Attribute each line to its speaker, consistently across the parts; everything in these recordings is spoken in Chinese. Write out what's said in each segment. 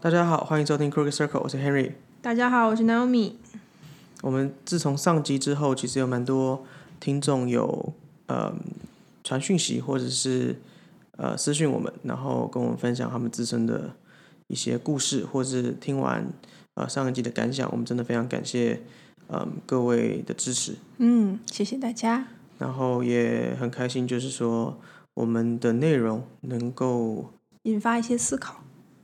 Speaker 1: 大家好，欢迎收听 Crooked Circle，我是 Henry。
Speaker 2: 大家好，我是 Naomi。
Speaker 1: 我们自从上集之后，其实有蛮多听众有呃传讯息或者是呃私讯我们，然后跟我们分享他们自身的一些故事，或是听完呃上一集的感想。我们真的非常感谢嗯、各位的支持，
Speaker 2: 嗯，谢谢大家。
Speaker 1: 然后也很开心，就是说我们的内容能够
Speaker 2: 引发一些思考，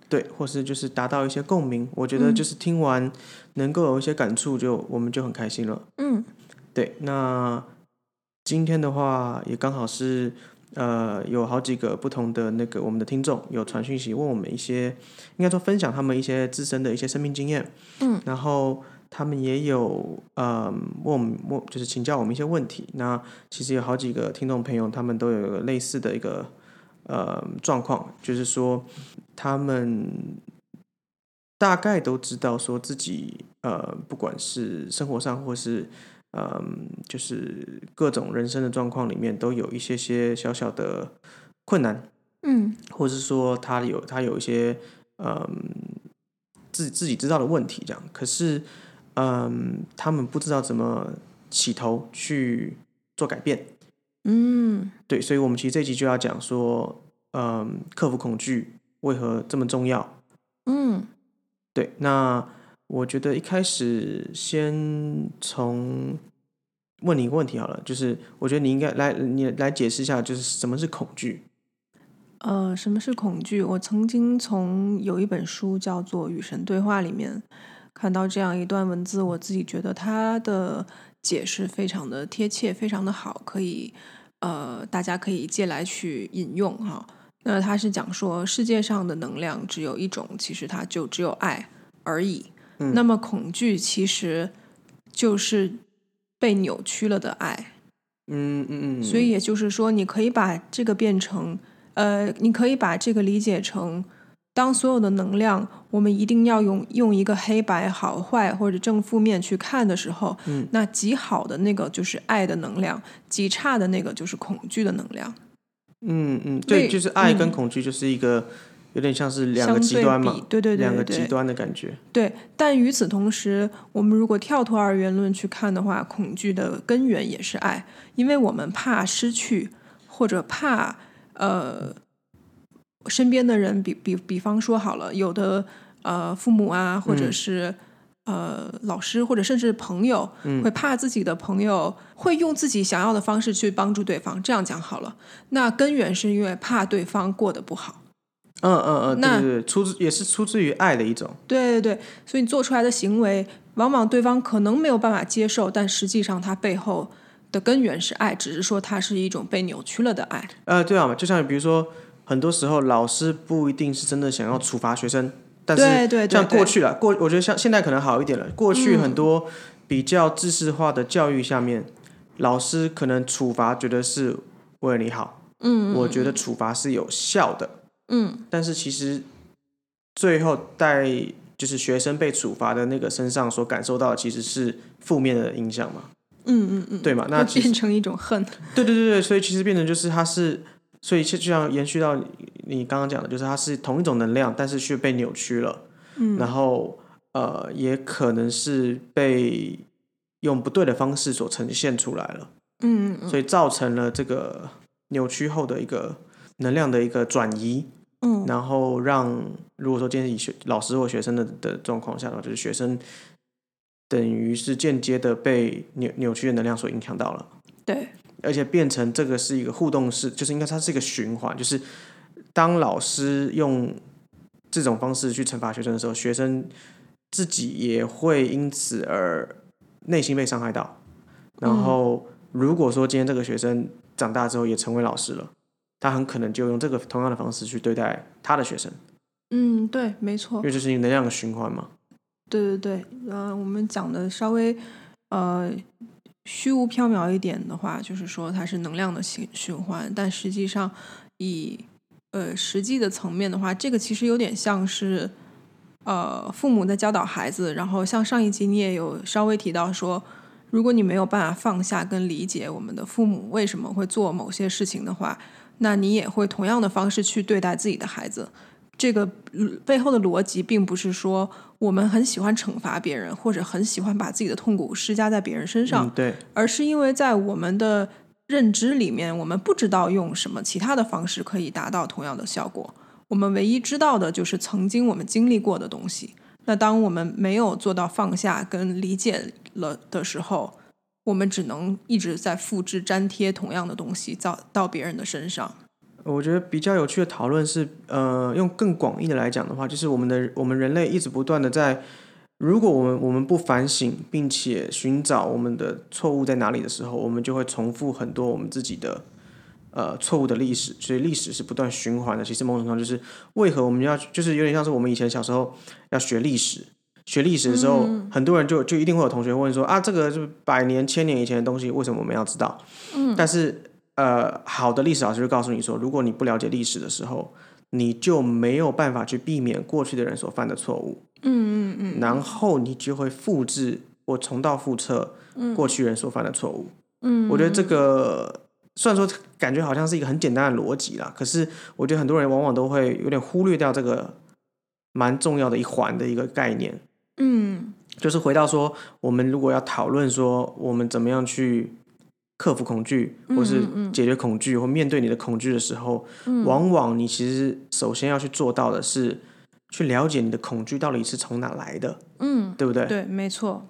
Speaker 1: 对，或是就是达到一些共鸣。我觉得就是听完能够有一些感触就，我们就很开心了。
Speaker 2: 嗯，
Speaker 1: 对，那今天的话也刚好是呃有好几个不同的那个我们的听众有传讯息问我们一些，应该说分享他们一些自身的一些生命经验，
Speaker 2: 嗯，
Speaker 1: 然后他们也有呃问我们问就是请教我们一些问题。那其实有好几个听众朋友他们都有一个类似的一个呃状况，就是说他们大概都知道说自己呃，不管是生活上或是嗯，就是各种人生的状况里面，都有一些些小小的困难，
Speaker 2: 嗯
Speaker 1: 或是说他有他有一些嗯自自己知道的问题这样，可是嗯，他们不知道怎么起头去做改变，
Speaker 2: 嗯
Speaker 1: 对，所以我们其实这一集就要讲说，嗯，克服恐惧为何这么重要，
Speaker 2: 嗯
Speaker 1: 对，那我觉得一开始先从问你一个问题好了，就是我觉得你应该来你来解释一下，就是什么是恐惧。
Speaker 2: 呃，什么是恐惧？我曾经从有一本书叫做《与神对话》里面看到这样一段文字，我自己觉得它的解释非常的贴切，非常的好，可以呃，大家可以借来去引用哈。那它是讲说，世界上的能量只有一种，其实它就只有爱而已。
Speaker 1: 嗯
Speaker 2: 那么恐惧其实就是被扭曲了的爱，
Speaker 1: 嗯嗯嗯，
Speaker 2: 所以也就是说，你可以把这个变成，呃，你可以把这个理解成，当所有的能量，我们一定要用用一个黑白、好坏或者正负面去看的时候，
Speaker 1: 嗯
Speaker 2: 那极好的那个就是爱的能量，极差的那个就是恐惧的能量，
Speaker 1: 嗯嗯，对，
Speaker 2: 为
Speaker 1: 就是爱跟
Speaker 2: 嗯
Speaker 1: 恐惧就是一个有点像是两个
Speaker 2: 相
Speaker 1: 极
Speaker 2: 对
Speaker 1: 端
Speaker 2: 比
Speaker 1: 嘛，，
Speaker 2: 对对对对
Speaker 1: 两个
Speaker 2: 对
Speaker 1: 极端的感觉。
Speaker 2: 对，但与此同时，我们如果跳脱二元论去看的话，恐惧的根源也是爱，因为我们怕失去，或者怕呃身边的人，比比比方说好了，有的呃父母啊，或者
Speaker 1: 嗯
Speaker 2: 是、呃老师，或者甚至朋友，会怕自己的朋友会用自己想要的方式去帮助对方。这样讲好了，那根源是因为怕对方过得不好。
Speaker 1: 嗯嗯嗯，对
Speaker 2: 那
Speaker 1: 对对，出自也是出自于爱的一种。
Speaker 2: 对对对，所以你做出来的行为，往往对方可能没有办法接受，但实际上它背后的根源是爱，只是说它是一种被扭曲了的爱。
Speaker 1: 呃，对啊，就像比如说，很多时候老师不一定是真的想要处罚学生，但是
Speaker 2: 对对对嗯
Speaker 1: 像过
Speaker 2: 对
Speaker 1: 去了，过我觉得像现在可能好一点了。过去很多比较知识化的教育下面，老师可能处罚觉得是为了你好，
Speaker 2: 嗯，
Speaker 1: 我觉得处罚是有效的，
Speaker 2: 嗯
Speaker 1: 但是其实最后在就是学生被处罚的那个身上所感受到的其实是负面的影响嘛，
Speaker 2: 嗯嗯嗯，
Speaker 1: 对嘛？那
Speaker 2: 会
Speaker 1: 其实
Speaker 2: 变成一种恨。
Speaker 1: 对对对对，所以其实变成就是它是，所以就就像延续到你你刚刚讲的，就是它是同一种能量，但是却被扭曲了，
Speaker 2: 嗯
Speaker 1: 然后呃，也可能是被用不对的方式所呈现出来了，
Speaker 2: 嗯嗯
Speaker 1: 所以造成了这个扭曲后的一个能量的一个转移，
Speaker 2: 嗯嗯
Speaker 1: 然后让如果说今天以学老师或学生的的状况下的话，就是学生等于是间接的被扭扭曲的能量所影响到了。
Speaker 2: 对，
Speaker 1: 而且变成这个是一个互动式，就是应该它是一个循环，就是当老师用这种方式去惩罚学生的时候，学生自己也会因此而内心被伤害到。然后，如果说今天这个学生长大之后也成为老师了，他很可能就用这个同样的方式去对待他的学生，
Speaker 2: 嗯对，没错
Speaker 1: 因。为这是一个能量的循环嘛。
Speaker 2: 对对对，呃，我们讲的稍微呃虚无缥缈一点的话，就是说它是能量的循循环，但实际上以呃实际的层面的话，这个其实有点像是呃父母在教导孩子，然后像上一集你也有稍微提到说。如果你没有办法放下跟理解我们的父母为什么会做某些事情的话，那你也会同样的方式去对待自己的孩子。这个嗯背后的逻辑并不是说我们很喜欢惩罚别人，或者很喜欢把自己的痛苦施加在别人身上，
Speaker 1: 嗯，对，
Speaker 2: 而是因为在我们的认知里面，我们不知道用什么其他的方式可以达到同样的效果。我们唯一知道的就是曾经我们经历过的东西。那当我们没有做到放下跟理解了的时候，我们只能一直在复制粘贴同样的东西到到别人的身上。
Speaker 1: 呃我觉得比较有趣的讨论是，呃，用更广义的来讲的话，就是我们的我们人类一直不断的在，如果我们我们不反省，并且寻找我们的错误在哪里的时候，我们就会重复很多我们自己的呃错误的历史，所以历史是不断循环的。其实某种程度上就是为何我们要，就是有点像是我们以前小时候要学历史。学历史的时候，很多人就就一定会有同学问说啊，这个是百年、千年以前的东西，为什么我们要知道？嗯，但是呃，好的历史老师就告诉你说，如果你不了解历史的时候，你就没有办法去避免过去的人所犯的错误，
Speaker 2: 嗯嗯嗯
Speaker 1: 然后你就会复制或重蹈覆辙过去人所犯的错误。
Speaker 2: 嗯
Speaker 1: 我觉得这个虽然说感觉好像是一个很简单的逻辑啦，可是我觉得很多人往往都会有点忽略掉这个蛮重要的一环的一个概念。
Speaker 2: 嗯
Speaker 1: 就是回到说，我们如果要讨论说我们怎么样去克服恐惧，或是解决恐惧，或面对你的恐惧的时候，往往你其实首先要去做到的是去了解你的恐惧到底是从哪来的，
Speaker 2: 嗯，
Speaker 1: 对不对？
Speaker 2: 对，没错。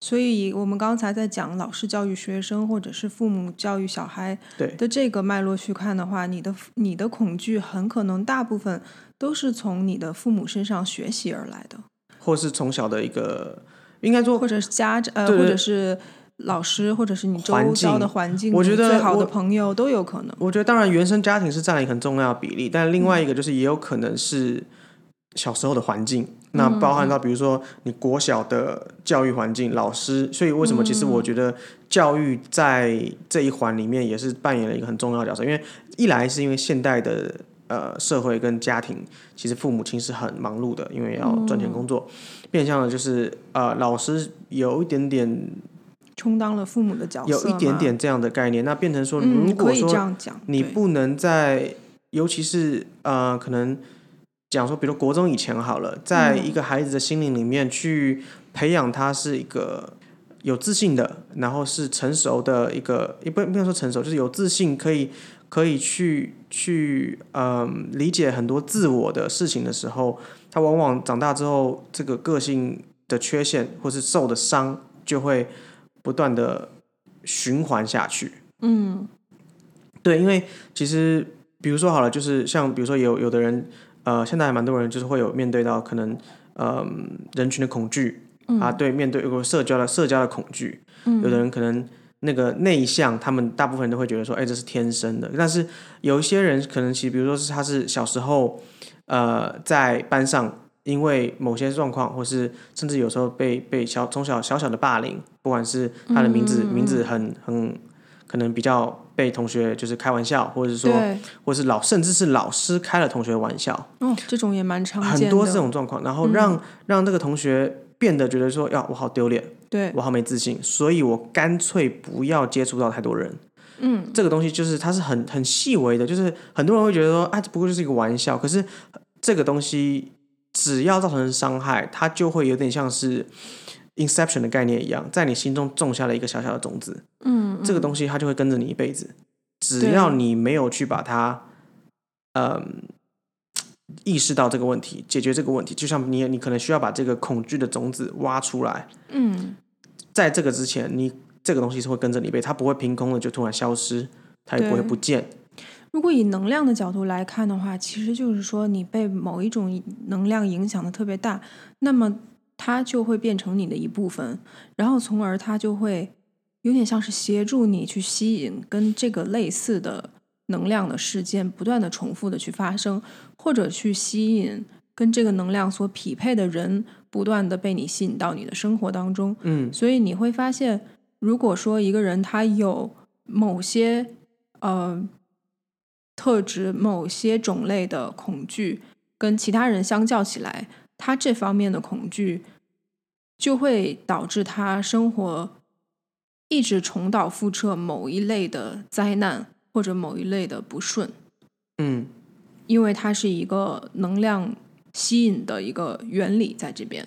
Speaker 2: 所以，我们刚才在讲老师教育学生，或者是父母教育小孩
Speaker 1: 对
Speaker 2: 的这个脉络去看的话，你的你的恐惧很可能大部分都是从你的父母身上学习而来的，
Speaker 1: 或是从小的一个，应该说
Speaker 2: 或者是家长，呃，
Speaker 1: 对
Speaker 2: 或
Speaker 1: 对
Speaker 2: 者是老师，或者是你周
Speaker 1: 环
Speaker 2: 遭的
Speaker 1: 境
Speaker 2: 环境，
Speaker 1: 我觉
Speaker 2: 你
Speaker 1: 得
Speaker 2: 最好的
Speaker 1: 我
Speaker 2: 朋友都有可能。
Speaker 1: 我觉得当然原生家庭是占了一个很重要的比例，但另外一个就是也有可能是小时候的环境，那包
Speaker 2: 嗯
Speaker 1: 含到比如说你国小的教育环境、老师，所以为什么其实
Speaker 2: 嗯
Speaker 1: 我觉得教育在这一环里面也是扮演了一个很重要的角色，因为一来是因为现代的。呃，社会跟家庭其实父母亲是很忙碌的，因为要赚
Speaker 2: 嗯
Speaker 1: 钱工作，变相的就是呃，老师有一点点，
Speaker 2: 充当了父母的角色，
Speaker 1: 有一点，点这样的概念。那变成说，如
Speaker 2: 嗯，可
Speaker 1: 果
Speaker 2: 以
Speaker 1: 说
Speaker 2: 这样讲，
Speaker 1: 你
Speaker 2: 对
Speaker 1: 不能在，尤其是呃，可能讲说，比如国中以前好了，在一个孩子的心灵里面去培养他是一个有自信的，然后是成熟的一个，也不不能说成熟，就是有自信，可以可以去去嗯、理解很多自我的事情的时候，他往往长大之后，这个个性的缺陷或是受的伤就会不断的循环下去。
Speaker 2: 嗯
Speaker 1: 对，因为其实比如说好了，就是像比如说有有的人，呃，现在还蛮多人就是会有面对到可能，嗯、人群的恐惧啊，对，面对有个社交的社交的恐惧，
Speaker 2: 嗯
Speaker 1: 有的人可能那个内向，他们大部分人都会觉得说，哎，这是天生的，但是有一些人可能其实比如说是他是小时候，呃，在班上。因为某些状况，或是甚至有时候被被小从小小小的霸凌，不管是他的名字、
Speaker 2: 嗯
Speaker 1: 名字很很可能比较被同学就是开玩笑，或者是说，
Speaker 2: 对，
Speaker 1: 或是老甚至是老师开了同学玩笑，
Speaker 2: 哦，这种也蛮常见的，嗯
Speaker 1: 很多这种状况，然后让、让这个同学变得觉得说，呀，我好丢脸，
Speaker 2: 对，
Speaker 1: 我好没自信，所以我干脆不要接触到太多人。
Speaker 2: 嗯，
Speaker 1: 这个东西就是它是很很细微的，就是很多人会觉得说，啊，这不过就是一个玩笑，可是呃这个东西只要造成伤害，它就会有点像是。Inception 的概念一样，在你心中种下了一个小小的种子，
Speaker 2: 嗯，
Speaker 1: 这个
Speaker 2: 嗯
Speaker 1: 东西它就会跟着你一辈子。只
Speaker 2: 对
Speaker 1: 要你没有去把它，嗯，意识到这个问题，解决这个问题，就像你你可能需要把这个恐惧的种子挖出来，
Speaker 2: 嗯。
Speaker 1: 在这个之前，你这个东西是会跟着你一辈子，它不会凭空的就突然消失，它也不会
Speaker 2: 对
Speaker 1: 不见。
Speaker 2: 如果以能量的角度来看的话，其实就是说你被某一种能量影响的特别大，那么它就会变成你的一部分，然后从而它就会有点像是协助你去吸引跟这个类似的能量的事件不断的重复的去发生，或者去吸引跟这个能量所匹配的人不断的被你吸引到你的生活当中。
Speaker 1: 嗯，
Speaker 2: 所以你会发现，如果说一个人他有某些呃特质、某些种类的恐惧，跟其他人相较起来，他这方面的恐惧就会导致他生活一直重蹈覆辙某一类的灾难或者某一类的不顺。
Speaker 1: 嗯，
Speaker 2: 因为它是一个能量吸引的一个原理在这边。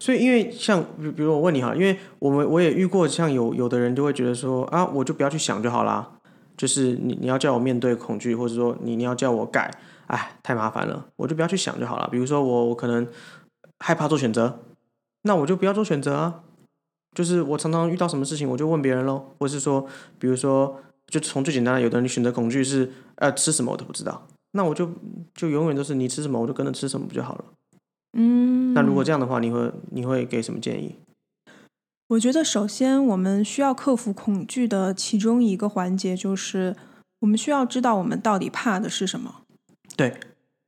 Speaker 1: 所以，因为像比比如我问你哈，因为我们我也遇过，像有有的人就会觉得说啊，我就不要去想就好啦，就是你你要叫我面对恐惧，或者说你你要叫我改，哎，太麻烦了，我就不要去想就好了。比如说我我可能害怕做选择，那我就不要做选择啊。就是我常常遇到什么事情，我就问别人喽，或是说，比如说，就从最简单的，有的人选择恐惧是呃吃什么我都不知道，那我就就永远都是你吃什么我就跟着吃什么不就好了。
Speaker 2: 嗯，
Speaker 1: 那如果这样的话，你会你会给什么建议？
Speaker 2: 我觉得，首先我们需要克服恐惧的其中一个环节，就是我们需要知道我们到底怕的是什么。
Speaker 1: 对，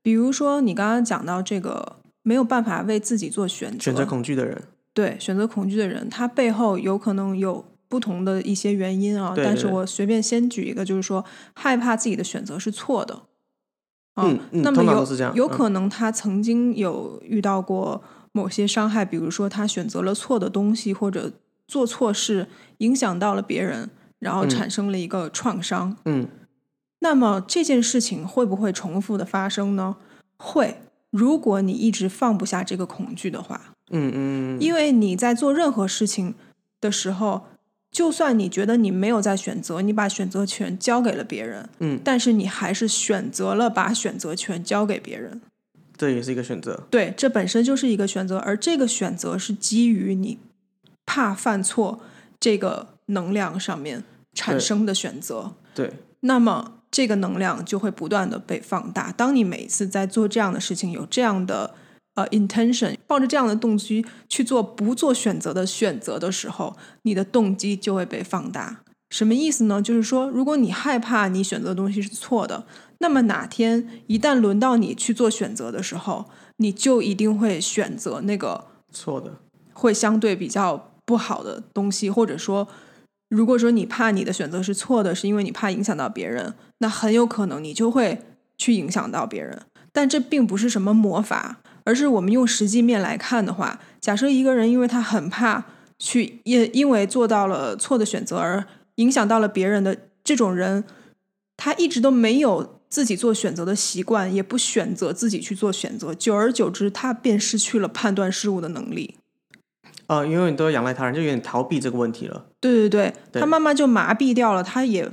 Speaker 2: 比如说你刚刚讲到这个没有办法为自己做选择，
Speaker 1: 选择恐惧的人，
Speaker 2: 对选择恐惧的人，他背后有可能有不同的一些原因啊。
Speaker 1: 对对
Speaker 2: 但是
Speaker 1: 对
Speaker 2: 我随便先举一个，就是说害怕自己的选择是错的。啊
Speaker 1: 嗯嗯
Speaker 2: 那么
Speaker 1: 通常
Speaker 2: 有
Speaker 1: 都是这样
Speaker 2: 有
Speaker 1: 嗯
Speaker 2: 可能他曾经有遇到过某些伤害，比如说他选择了错的东西或者做错事，影响到了别人，然后
Speaker 1: 嗯
Speaker 2: 产生了一个创伤。
Speaker 1: 嗯，
Speaker 2: 那么这件事情会不会重复的发生呢？会，如果你一直放不下这个恐惧的话，
Speaker 1: 嗯嗯，嗯
Speaker 2: 因为你在做任何事情的时候，就算你觉得你没有在选择，你把选择权交给了别人，
Speaker 1: 嗯，
Speaker 2: 但是你还是选择了把选择权交给别人。
Speaker 1: 这也是一个选择。
Speaker 2: 对，这本身就是一个选择，而这个选择是基于你怕犯错这个能量上面产
Speaker 1: 对
Speaker 2: 生的选择。
Speaker 1: 对，
Speaker 2: 那么这个能量就会不断的被放大。当你每一次在做这样的事情，有这样的呃 intention，抱着这样的动机去做不做选择的选择的时候，你的动机就会被放大。什么意思呢？就是说，如果你害怕你选择的东西是错的，那么哪天一旦轮到你去做选择的时候，你就一定会选择那个
Speaker 1: 错的，
Speaker 2: 会相对比较不好的东西，或者说，如果说你怕你的选择是错的，是因为你怕影响到别人，那很有可能你就会去影响到别人。但这并不是什么魔法，而是我们用实际面来看的话，假设一个人因为他很怕去也因为做到了错的选择而影响到了别人的这种人，他一直都没有自己做选择的习惯，也不选择自己去做选择，久而久之，他便失去了判断事物的能力。
Speaker 1: 呃，永远都要仰赖他人，就有点逃避这个问题了。
Speaker 2: 对对对，
Speaker 1: 对
Speaker 2: 他慢慢就麻痹掉了，他也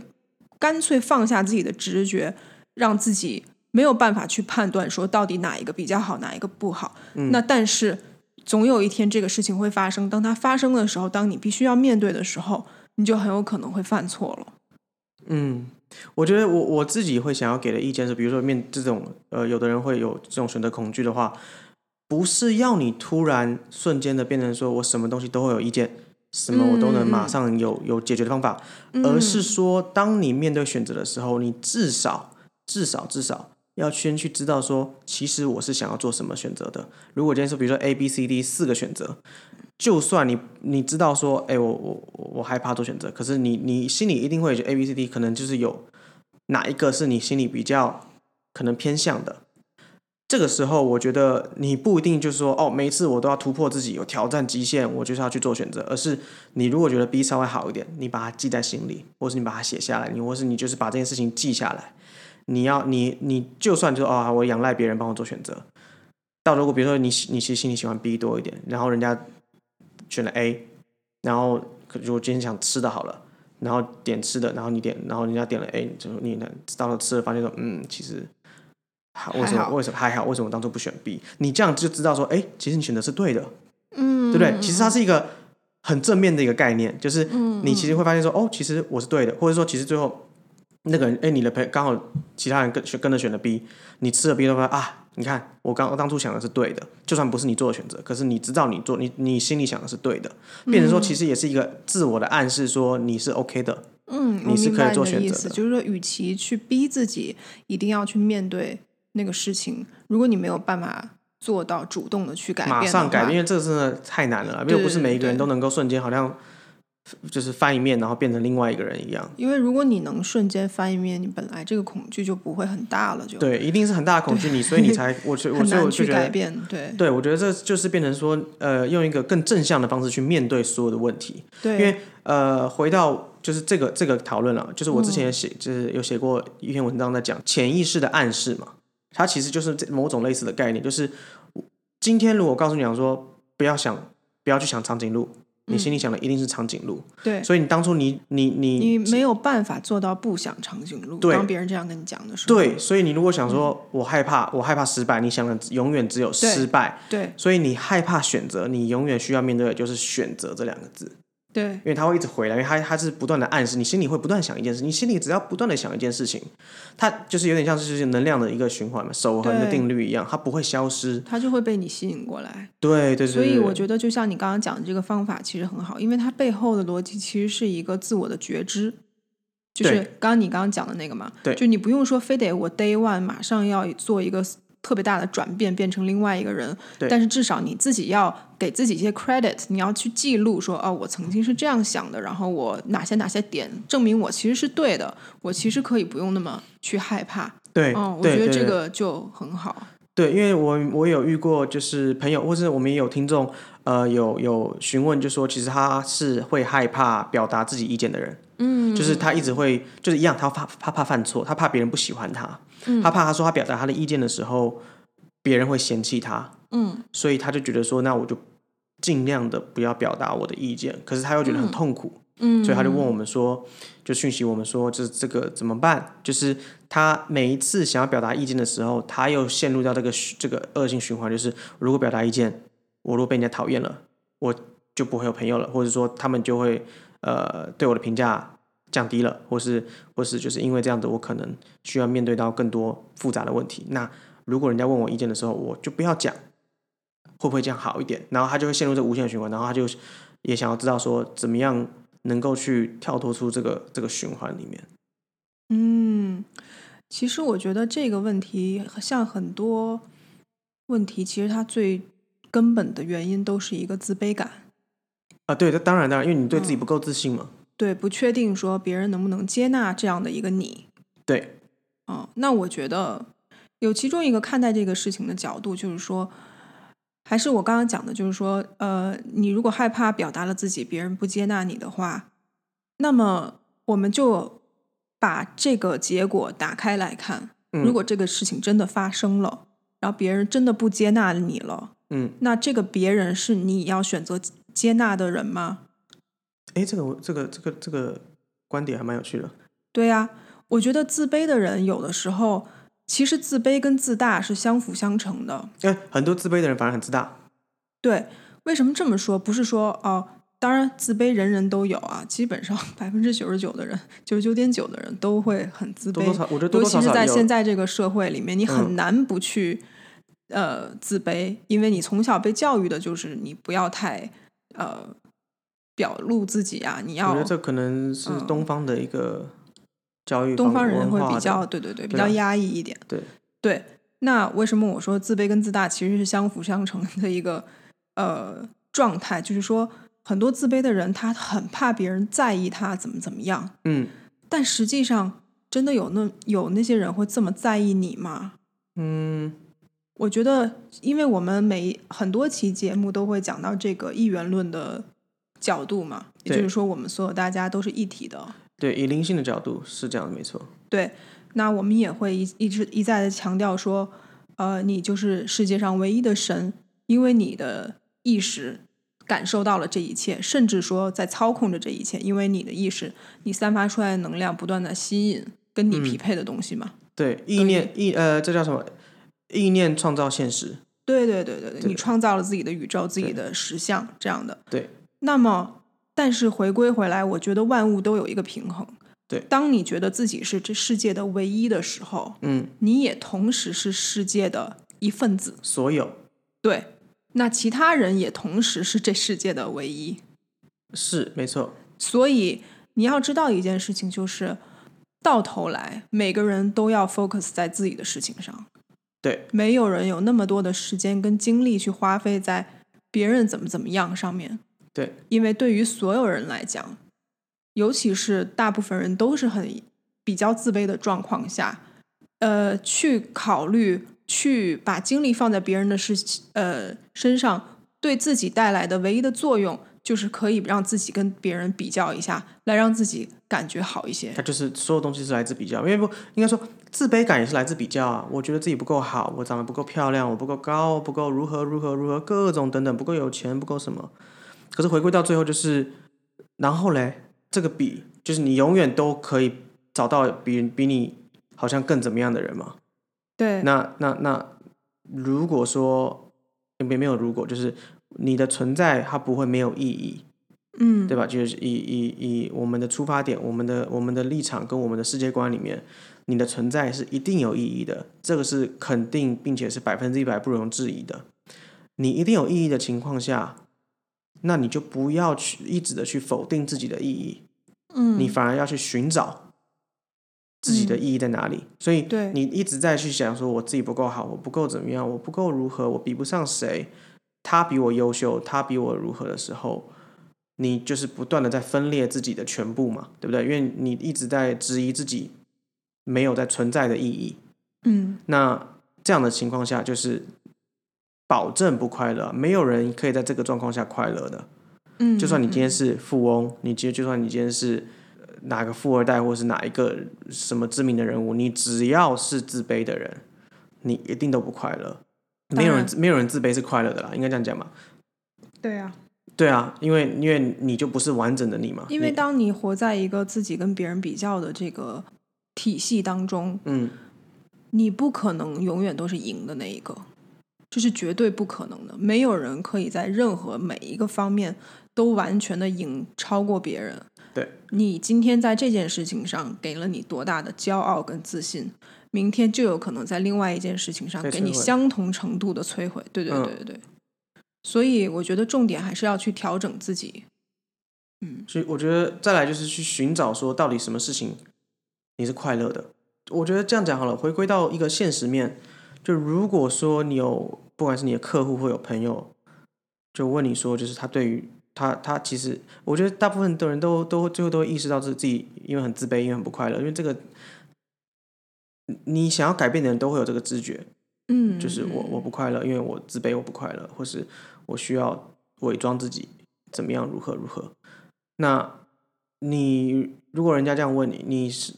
Speaker 2: 干脆放下自己的直觉，让自己没有办法去判断说到底哪一个比较好，哪一个不好。
Speaker 1: 嗯
Speaker 2: 那但是总有一天这个事情会发生，当它发生的时候，当你必须要面对的时候，你就很有可能会犯错了。
Speaker 1: 嗯，我觉得我我自己会想要给的意见是，比如说面这种呃，有的人会有这种选择恐惧的话，不是要你突然瞬间的变成说我什么东西都会有意见，什么我都
Speaker 2: 嗯
Speaker 1: 能马上有、有解决的方法，而是说当你面对选择的时候，你至少至少至少。要先去知道说，其实我是想要做什么选择的。如果今天说，比如说 A、B、C、D 四个选择，就算你你知道说，哎、我我我我害怕做选择，可是你你心里一定会觉得 A、B、C、D 可能就是有哪一个是你心里比较可能偏向的。这个时候，我觉得你不一定就是说，哦，每一次我都要突破自己，有挑战极限，我就是要去做选择，而是你如果觉得 B 稍微好一点，你把它记在心里，或是你把它写下来，你或是你就是把这件事情记下来。你要你你就算就啊、我仰赖别人帮我做选择。到如果比如说你喜你其实心里喜欢 B 多一点，然后人家选了 A，然后可如果今天想吃的好了，然后点吃的，然后你点，然后人家点了 A，你就你呢到了吃的发现说，嗯，其实还为什
Speaker 2: 还
Speaker 1: 么
Speaker 2: 好
Speaker 1: 为什么还好，为什么当初不选 B？你这样就知道说，哎，其实你选的是对的，
Speaker 2: 嗯，嗯
Speaker 1: 对不对？其实它是一个很正面的一个概念，就是你其实会发现说，哦，其实我是对的，或者说其实最后那个人，哎，你的朋友刚好其他人跟选跟着选了 B，你吃了 B 的话啊，你看我刚我当初想的是对的，就算不是你做的选择，可是你知道你做你你心里想的是对的，变成说其实也是一个自我的暗示，说你是 OK 的，
Speaker 2: 嗯，
Speaker 1: 你
Speaker 2: 我
Speaker 1: 是
Speaker 2: 明
Speaker 1: 可以
Speaker 2: 白
Speaker 1: 做
Speaker 2: 你
Speaker 1: 选
Speaker 2: 的意
Speaker 1: 择
Speaker 2: 思，
Speaker 1: 的
Speaker 2: 就是说，与其去逼自己一定要去面对那个事情，如果你没有办法做到主动的去改变，
Speaker 1: 马上改变，因。为这个真的太难了啦，因为不是每一个人
Speaker 2: 对对
Speaker 1: 都能够瞬间好像就是翻一面，然后变成另外一个人一样。
Speaker 2: 因为如果你能瞬间翻一面，你本来这个恐惧就不会很大了，就
Speaker 1: 对，一定是很大的恐惧你，所以你才我觉我
Speaker 2: 很
Speaker 1: 所以
Speaker 2: 难
Speaker 1: 我就
Speaker 2: 去
Speaker 1: 觉
Speaker 2: 改
Speaker 1: 得，
Speaker 2: 变。对
Speaker 1: 对我觉得这就是变成说，呃，用一个更正向的方式去面对所有的问题。
Speaker 2: 对，
Speaker 1: 因为呃，回到就是这个这
Speaker 2: 嗯
Speaker 1: 个讨论了，就是我之前也写，就是有写过一篇文章在讲潜意识的暗示嘛，它其实就是这某种类似的概念，就是今天如果告诉你讲说不要想不要去想长颈鹿，你
Speaker 2: 嗯
Speaker 1: 心里想的一定是长颈鹿，
Speaker 2: 对，
Speaker 1: 所以你当初你你你
Speaker 2: 你没有办法做到不想长颈鹿。
Speaker 1: 对
Speaker 2: 当别人这样跟你讲的时候，
Speaker 1: 对，所以你如果想说我害怕我害怕失败，你想的永远只有
Speaker 2: 嗯对
Speaker 1: 失败，
Speaker 2: 对
Speaker 1: 所以你害怕选择，你永远需要面对的就是选择这两个字。
Speaker 2: 对
Speaker 1: 因为它会一直回来，因为它它是不断的暗示，你心里会不断想一件事，你心里只要不断的想一件事情，它就是有点像是就是能量的一个循环嘛，守恒的
Speaker 2: 对
Speaker 1: 定律一样，它不会消失。
Speaker 2: 它就会被你吸引过来。
Speaker 1: 对对对
Speaker 2: 所以我
Speaker 1: 得
Speaker 2: 觉得，就像你刚刚讲的这个方法，其实很好，因为它背后的逻辑其实是一个自我的觉知，就是
Speaker 1: 对
Speaker 2: 刚刚你刚刚讲的那个嘛。
Speaker 1: 对
Speaker 2: 就你不用说非得我 day one 马上要做一个特别大的转变，变成另外一个人。
Speaker 1: 对
Speaker 2: 但是至少你自己要给自己一些 credit，你要去记录说，哦，我曾经是这样想的，然后我哪些哪些点证明我其实是对的，我其实可以不用那么去害怕。
Speaker 1: 对，
Speaker 2: 嗯，我
Speaker 1: 对
Speaker 2: 觉得
Speaker 1: 对
Speaker 2: 这
Speaker 1: 对
Speaker 2: 个就很好。
Speaker 1: 对，因为我我有遇过，就是朋友，或是我们也有听众，呃，有有询问，就说其实他是会害怕表达自己意见的人，嗯，就是他一直会就是一样，他怕怕怕犯错，他怕别人不喜欢他，嗯、他怕他说他表达他的意见的时候，别人会嫌弃他，
Speaker 2: 嗯，
Speaker 1: 所以他就觉得说，那我就尽量的不要表达我的意见，可是他又觉得很痛苦，
Speaker 2: 嗯，
Speaker 1: 所以他就问我们说，就讯息我们说，就是这个怎么办？就是他每一次想要表达意见的时候，他又陷入到这个循这个恶性循环，就是如果表达意见，我如果被人家讨厌了，我就不会有朋友了，或者说他们就会呃对我的评价降低了，或是或是就是因为这样子，我可能需要面对到更多复杂的问题。那如果人家问我意见的时候，我就不要讲，会不会这样好一点？然后他就会陷入这无限循环，然后他就也想要知道说怎么样能够去跳脱出这个这个循环里面。
Speaker 2: 嗯，其实我觉得这个问题，像很多问题，其实它最根本的原因都是一个自卑感，
Speaker 1: 啊，对，这当然当然，因为你对自己不够自信嘛。
Speaker 2: 对，不确定说别人能不能接纳这样的一个你。
Speaker 1: 对，
Speaker 2: 哦，那我觉得有其中一个看待这个事情的角度，就是说，还是我刚刚讲的，就是说，呃，你如果害怕表达了自己，别人不接纳你的话，那么我们就把这个结果打开来看。
Speaker 1: 嗯
Speaker 2: 如果这个事情真的发生了，然后别人真的不接纳你了，
Speaker 1: 嗯，
Speaker 2: 那这个别人是你要选择接纳的人吗？
Speaker 1: 哎，这个我这个这个这个观点还蛮有趣的。
Speaker 2: 对呀、我觉得自卑的人有的时候，其实自卑跟自大是相辅相成的。
Speaker 1: 因为很多自卑的人反而很自大。
Speaker 2: 对，为什么这么说？不是说哦，当然自卑人人都有啊，基本上 百分之九十九的人，九十九点九的人都会很自卑。
Speaker 1: 多多少我觉得多多少少
Speaker 2: 尤其是在
Speaker 1: 有
Speaker 2: 现在这个社会里面，你
Speaker 1: 嗯
Speaker 2: 很难不去、呃自卑，因为你从小被教育的就是你不要太呃表露自己啊，你
Speaker 1: 我觉
Speaker 2: 要
Speaker 1: 得这可能是
Speaker 2: 嗯
Speaker 1: 东方的一个教育
Speaker 2: 东方
Speaker 1: 方
Speaker 2: 人
Speaker 1: 文
Speaker 2: 会
Speaker 1: 化
Speaker 2: 比
Speaker 1: 的
Speaker 2: 较对对对比
Speaker 1: 对啊吧
Speaker 2: 较压抑一点。
Speaker 1: 对
Speaker 2: 对，那为什么我说自卑跟自大其实是相辅相成的一个呃状态？就是说，很多自卑的人他很怕别人在意他怎么怎么样，
Speaker 1: 嗯
Speaker 2: 但实际上真的有那有那些人会这么在意你吗？
Speaker 1: 嗯
Speaker 2: 我觉得，因为我们每很多期节目都会讲到这个一元论的角度嘛，也就
Speaker 1: 对
Speaker 2: 是说，我们所有大家都是一体的。
Speaker 1: 对，以灵性的角度是这样的，没错。
Speaker 2: 对，那我们也会一一直一再的强调说，呃，你就是世界上唯一的神，因为你的意识感受到了这一切，甚至说在操控着这一切，因为你的意识，你散发出来的能量不断的吸引跟你
Speaker 1: 嗯
Speaker 2: 匹配的东西嘛。
Speaker 1: 对，意念意呃，这叫什么？意念创造现实。
Speaker 2: 对对对对对，
Speaker 1: 对
Speaker 2: 你创造了自己的宇宙、自己
Speaker 1: 对
Speaker 2: 的实相这样的。
Speaker 1: 对，
Speaker 2: 那么，但是回归回来，我觉得万物都有一个平衡。
Speaker 1: 对
Speaker 2: 当你觉得自己是这世界的唯一的时候，
Speaker 1: 嗯，
Speaker 2: 你也同时是世界的一份子。
Speaker 1: 所有
Speaker 2: 对，那其他人也同时是这世界的唯一。
Speaker 1: 是没错。
Speaker 2: 所以你要知道一件事情，就是到头来每个人都要 focus 在自己的事情上，
Speaker 1: 对
Speaker 2: 没有人有那么多的时间跟精力去花费在别人怎么怎么样上面，
Speaker 1: 对
Speaker 2: 因为对于所有人来讲，尤其是大部分人都是很比较自卑的状况下，呃，去考虑去把精力放在别人的事情呃身上，对自己带来的唯一的作用就是可以让自己跟别人比较一下，来让自己感觉好一些。
Speaker 1: 它就是所有东西是来自比较，因为不应该说自卑感也是来自比较啊。我觉得自己不够好，我长得不够漂亮，我不够高，不够如何如何如何，各种等等，不够有钱，不够什么。可是回归到最后就是，然后嘞，这个比就是你永远都可以找到比比你好像更怎么样的人嘛。
Speaker 2: 对，
Speaker 1: 那那那，如果说没没有如果，就是你的存在它不会没有意义，
Speaker 2: 嗯，
Speaker 1: 对吧？就是以以以我们的出发点、我们的我们的立场跟我们的世界观里面，你的存在是一定有意义的，这个是肯定并且是百分之一百不容置疑的。你一定有意义的情况下，那你就不要去一直的去否定自己的意义，
Speaker 2: 嗯，
Speaker 1: 你反而要去寻找自己的
Speaker 2: 嗯
Speaker 1: 意义在哪里。所以
Speaker 2: 对
Speaker 1: 你一直在去想说我自己不够好，我不够怎么样，我不够如何，我比不上谁，他比我优秀，他比我如何的时候，你就是不断的在分裂自己的全部嘛，对不对？因为你一直在质疑自己没有在存在的意义。
Speaker 2: 嗯，
Speaker 1: 那这样的情况下，就是保证不快乐，没有人可以在这个状况下快乐的。
Speaker 2: 嗯，
Speaker 1: 就算你今天
Speaker 2: 嗯
Speaker 1: 是富翁，你今就算你今天是呃哪个富二代，或是哪一个什么知名的人物，你只要是自卑的人，你一定都不快乐。没有人
Speaker 2: 当
Speaker 1: 没有人自卑是快乐的啦，应该这样讲嘛？
Speaker 2: 对啊，
Speaker 1: 对啊，因为因为你就不是完整的你嘛。
Speaker 2: 因为
Speaker 1: 你
Speaker 2: 当你活在一个自己跟别人比较的这个体系当中，
Speaker 1: 嗯，
Speaker 2: 你不可能永远都是赢的那一个，这是绝对不可能的。没有人可以在任何每一个方面都完全的赢超过别人。
Speaker 1: 对，
Speaker 2: 你今天在这件事情上给了你多大的骄傲跟自信，明天就有可能在另外一件事情上
Speaker 1: 被
Speaker 2: 给
Speaker 1: 摧
Speaker 2: 你
Speaker 1: 毁
Speaker 2: 相同程度的摧毁。对对
Speaker 1: 嗯
Speaker 2: 对对对。所以我觉得重点还是要去调整自己。嗯，
Speaker 1: 所以我觉得再来就是去寻找说到底什么事情你是快乐的。我觉得这样讲好了，回归到一个现实面，就如果说你有不管是你的客户或有朋友，就问你说，就是他对于他他其实，我觉得大部分的人都都最后都会意识到自自己因为很自卑，因为很不快乐，因为这个你你想要改变的人都会有这个知觉，
Speaker 2: 嗯，
Speaker 1: 就是我我不快乐，因为我自卑，我不快乐，或是我需要伪装自己怎么样，如何如何。那你如果人家这样问你，你是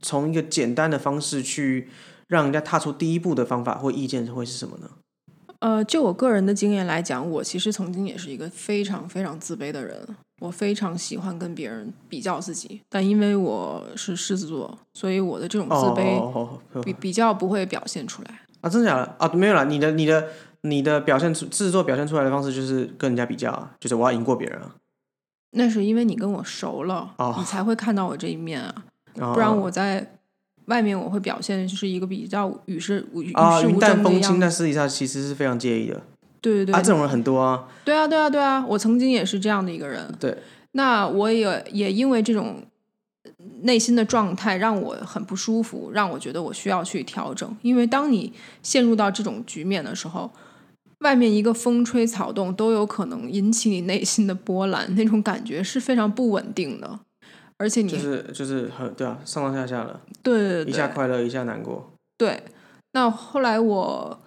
Speaker 1: 从一个简单的方式去让人家踏出第一步的方法或意见会是什么呢？
Speaker 2: 呃，就我个人的经验来讲，我其实曾经也是一个非常非常自卑的人。我非常喜欢跟别人比较自己，但因为我是狮子座，所以我的这种自卑
Speaker 1: 哦哦哦
Speaker 2: 比比较不会表现出来。
Speaker 1: 啊，真的假的啊？没有啦，你的你的你的表现出制作表现出来的方式就是跟人家比较啊，就是我要赢过别人啊，
Speaker 2: 那是因为你跟我熟了，
Speaker 1: 哦
Speaker 2: 你才会看到我这一面啊，
Speaker 1: 啊
Speaker 2: 不然我在外面我会表现就是一个比较与世与与
Speaker 1: 啊
Speaker 2: 世
Speaker 1: 云
Speaker 2: 无
Speaker 1: 淡
Speaker 2: 争的
Speaker 1: 风
Speaker 2: 样
Speaker 1: 轻，
Speaker 2: 子。
Speaker 1: 但私底下其实是非常介意的
Speaker 2: 对对对，
Speaker 1: 啊，这种人很多啊，
Speaker 2: 对啊对啊对啊，我曾经也是这样的一个人。
Speaker 1: 对，
Speaker 2: 那我也也因为这种内心的状态让我很不舒服，让我觉得我需要去调整。因为当你陷入到这种局面的时候，外面一个风吹草动都有可能引起你内心的波澜，那种感觉是非常不稳定的。而且你、
Speaker 1: 就是就是很对啊，上上下下的。
Speaker 2: 对对对，
Speaker 1: 一下快乐，一下难过。
Speaker 2: 对，那后来我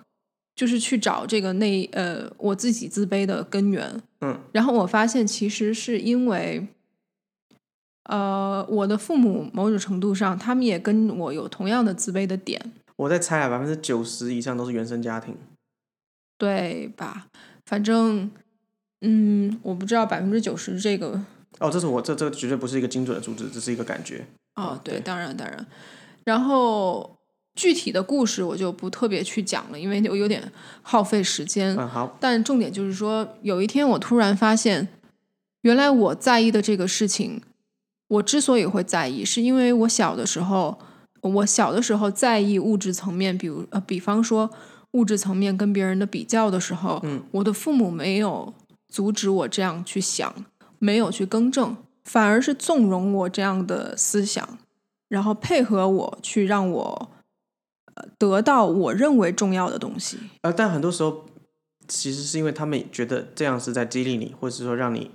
Speaker 2: 就是去找这个内呃我自己自卑的根源，
Speaker 1: 嗯，
Speaker 2: 然后我发现其实是因为，呃，我的父母某种程度上他们也跟我有同样的自卑的点，
Speaker 1: 我在猜啊，百分之九十以上都是原生家庭。
Speaker 2: 对吧？反正，嗯，我不知道百分之九十这个
Speaker 1: 哦，这是我这这绝对不是一个精准的数字，只是一个感觉。
Speaker 2: 哦，
Speaker 1: 对
Speaker 2: 对，当然当然。然后具体的故事我就不特别去讲了，因为有有点耗费时间。
Speaker 1: 嗯，好，
Speaker 2: 但重点就是说，有一天我突然发现，原来我在意的这个事情，我之所以会在意，是因为我小的时候，我小的时候在意物质层面，比如呃，比方说物质层面跟别人的比较的时候，
Speaker 1: 嗯，
Speaker 2: 我的父母没有阻止我这样去想，没有去更正，反而是纵容我这样的思想，然后配合我去让我。呃得到我认为重要的东西，
Speaker 1: 呃，但很多时候其实是因为他们觉得这样是在激励你，或者是说让你就是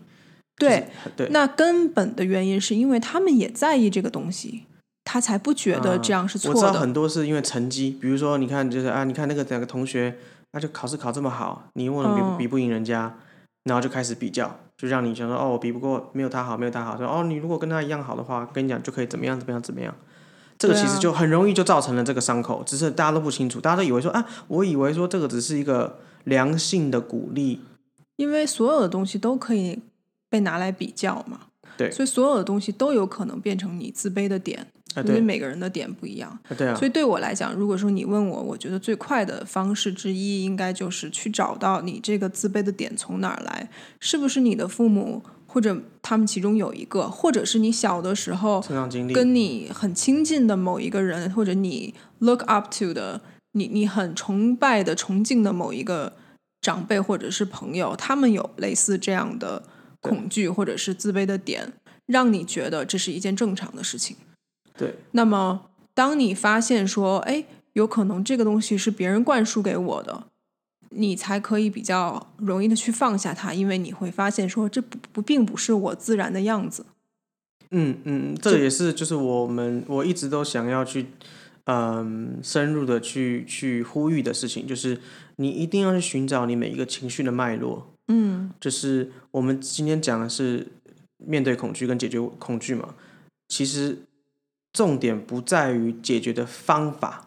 Speaker 2: 对，
Speaker 1: 很对
Speaker 2: 那根本的原因是因为他们也在意这个东西，他才不觉得这样是错
Speaker 1: 啊嗯我知道
Speaker 2: 的。
Speaker 1: 很多是因为成绩，比如说你看就是啊，你看那个哪个同学，他就考试考这么好，你问了比不、
Speaker 2: 嗯
Speaker 1: 比不赢人家，然后就开始比较，就让你想说哦，我比不过，没有他好，没有他好，说哦，你如果跟他一样好的话，跟你讲就可以怎么样怎么样怎么样。这个
Speaker 2: 对啊
Speaker 1: 其实就很容易就造成了这个伤口，只是大家都不清楚，大家都以为说啊，我以为说这个只是一个良性的鼓励，
Speaker 2: 因为所有的东西都可以被拿来比较嘛，
Speaker 1: 对
Speaker 2: 所以所有的东西都有可能变成你自卑的点，
Speaker 1: 啊，
Speaker 2: 因为
Speaker 1: 对，
Speaker 2: 每个人的点不一样。
Speaker 1: 啊对啊
Speaker 2: 嗯所，以对我来讲，如果说你问我，我觉得最快的方式之一，应该就是去找到你这个自卑的点从哪儿来，是不是你的父母或者他们其中有一个，或者是你小的时候
Speaker 1: 成长经历，
Speaker 2: 跟你很亲近的某一个人，或者你 look up to 的，你你很崇拜的、崇敬的某一个长辈或者是朋友，他们有类似这样的恐惧或者是自卑的点，让你觉得这是一件正常的事情。
Speaker 1: 对
Speaker 2: 那么，当你发现说，哎，有可能这个东西是别人灌输给我的，你才可以比较容易的去放下它，因为你会发现说，这不不并不是我自然的样子。
Speaker 1: 嗯嗯，这也是就是我们我一直都想要去，嗯，深入的去去呼吁的事情，就是你一定要去寻找你每一个情绪的脉络。
Speaker 2: 嗯
Speaker 1: 就是我们今天讲的是面对恐惧跟解决恐惧嘛，其实重点不在于解决的方法，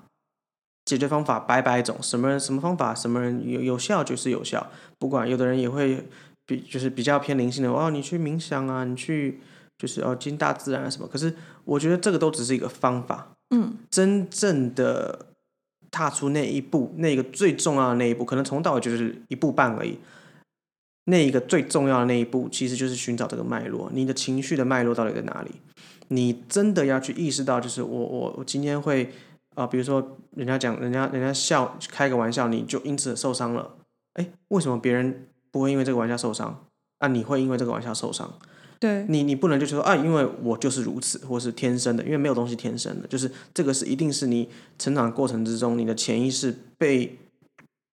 Speaker 1: 解决方法百百种，什么人什么方法，什么人有有效就是有效，不管有的人也会比就是比较偏灵性的，哦，你去冥想啊，你去就是哦进大自然啊什么，可是我觉得这个都只是一个方法，
Speaker 2: 嗯，
Speaker 1: 真正的踏出那一步，那个最重要的那一步，可能从到尾就是一步半而已。那一个最重要的那一步，其实就是寻找这个脉络，你的情绪的脉络到底在哪里？你真的要去意识到，就是我我我今天会啊、呃比如说人家讲人家人家笑开个玩笑，你就因此受伤了。哎，为什么别人不会因为这个玩笑受伤？啊，你会因为这个玩笑受伤？
Speaker 2: 对，
Speaker 1: 你你不能就说啊，因为我就是如此，或是天生的，因为没有东西天生的，就是这个是一定是你成长过程之中，你的潜意识被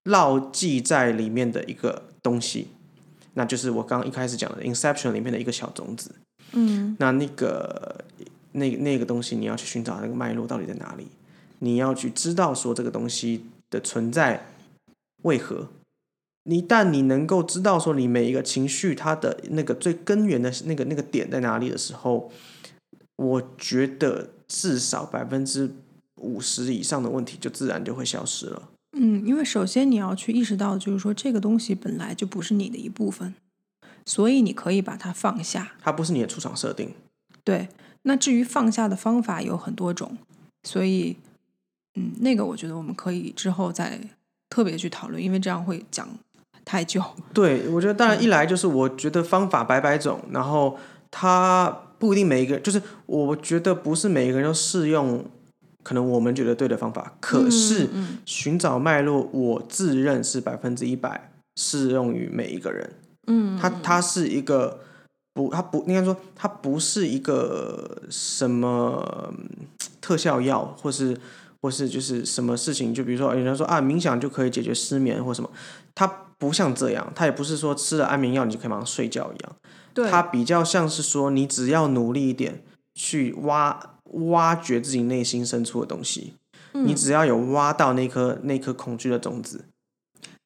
Speaker 1: 烙记在里面的一个东西，那就是我刚刚一开始讲的《Inception》里面的一个小种子。
Speaker 2: 嗯
Speaker 1: 那那个那那个东西，你要去寻找那个脉络到底在哪里，你要去知道说这个东西的存在为何。你一旦你能够知道说你每一个情绪它的那个最根源的那个那个点在哪里的时候，我觉得至少百分之五十以上的问题就自然就会消失了。
Speaker 2: 嗯，因为首先你要去意识到，就是说这个东西本来就不是你的一部分，所以你可以把它放下。
Speaker 1: 它不是你的出场设定，
Speaker 2: 对，那至于放下的方法有很多种，所以，嗯，那个我觉得我们可以之后再特别去讨论，因为这样会讲太久。
Speaker 1: 对，我觉得当然一来就是我觉得方法百百种，然后它不一定每一个，就是我觉得不是每一个人都适用，可能我们觉得对的方法，可是
Speaker 2: 嗯
Speaker 1: 寻找脉络，我自认是百分之一百适用于每一个人。
Speaker 2: 嗯，
Speaker 1: 它它是一个不，它不应该说它不是一个什么嗯特效药，或是或是就是什么事情，就比如说人家说啊冥想就可以解决失眠或什么，它不像这样，它也不是说吃了安眠药你就可以马上睡觉一样，
Speaker 2: 对，
Speaker 1: 它比较像是说你只要努力一点去挖挖掘自己内心深处的东西，你
Speaker 2: 嗯
Speaker 1: 只要有挖到那颗那颗恐惧的种子，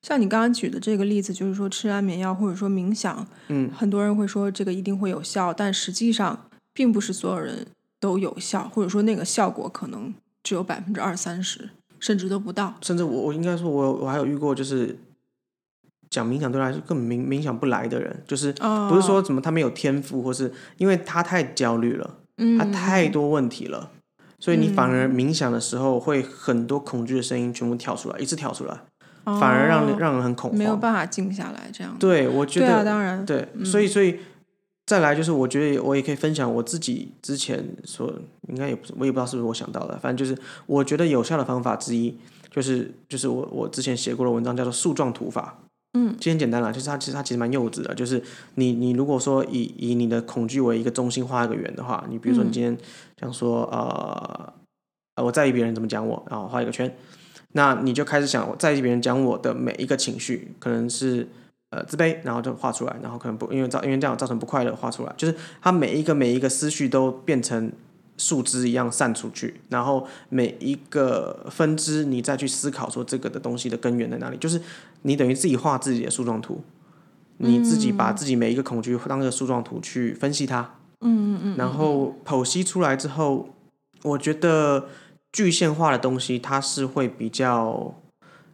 Speaker 2: 像你刚刚举的这个例子，就是说吃安眠药或者说冥想，
Speaker 1: 嗯，
Speaker 2: 很多人会说这个一定会有效，但实际上并不是所有人都有效，或者说那个效果可能只有百分之二三十，甚至都不到。
Speaker 1: 甚至我我应该说我有，我还有遇过就是讲冥想对他来说根本冥冥想不来的人，就是
Speaker 2: 哦
Speaker 1: 不是说怎么他没有天赋，或是因为他太焦虑了，
Speaker 2: 嗯
Speaker 1: 他太多问题了，所以你反而冥想的时候会很多恐惧的声音全部跳出来，一次跳出来，反而让人
Speaker 2: 哦
Speaker 1: 让人很恐
Speaker 2: 没有
Speaker 1: 慌。
Speaker 2: 办法静下来这样。
Speaker 1: 对，我觉
Speaker 2: 对啊，
Speaker 1: 得
Speaker 2: 当然，
Speaker 1: 对，所以所以再来就是，我觉得我也可以分享我自己之前所应该也不是，我也不知道是不是我想到的，反正就是我觉得有效的方法之一，就是就是我我之前写过的文章叫做树状图法。
Speaker 2: 嗯，
Speaker 1: 其实很简单啦，就是它其实它其实蛮幼稚的，就是你你如果说以以你的恐惧为一个中心画一个圆的话，你比如说你
Speaker 2: 嗯
Speaker 1: 今天想说、呃呃我在意别人怎么讲我，然后画一个圈，那你就开始想我在意别人讲我的每一个情绪，可能是呃自卑，然后就画出来，然后可能不因为造因为这样造成不快乐画出来，就是它每一个每一个思绪都变成树枝一样散出去，然后每一个分支你再去思考说这个的东西的根源在哪里，就是你等于自己画自己的树状图，你自己把自己每一个恐惧当个树状图去分析它，
Speaker 2: 嗯嗯嗯，
Speaker 1: 然后剖析出来之后，我觉得具现化的东西，它是会比较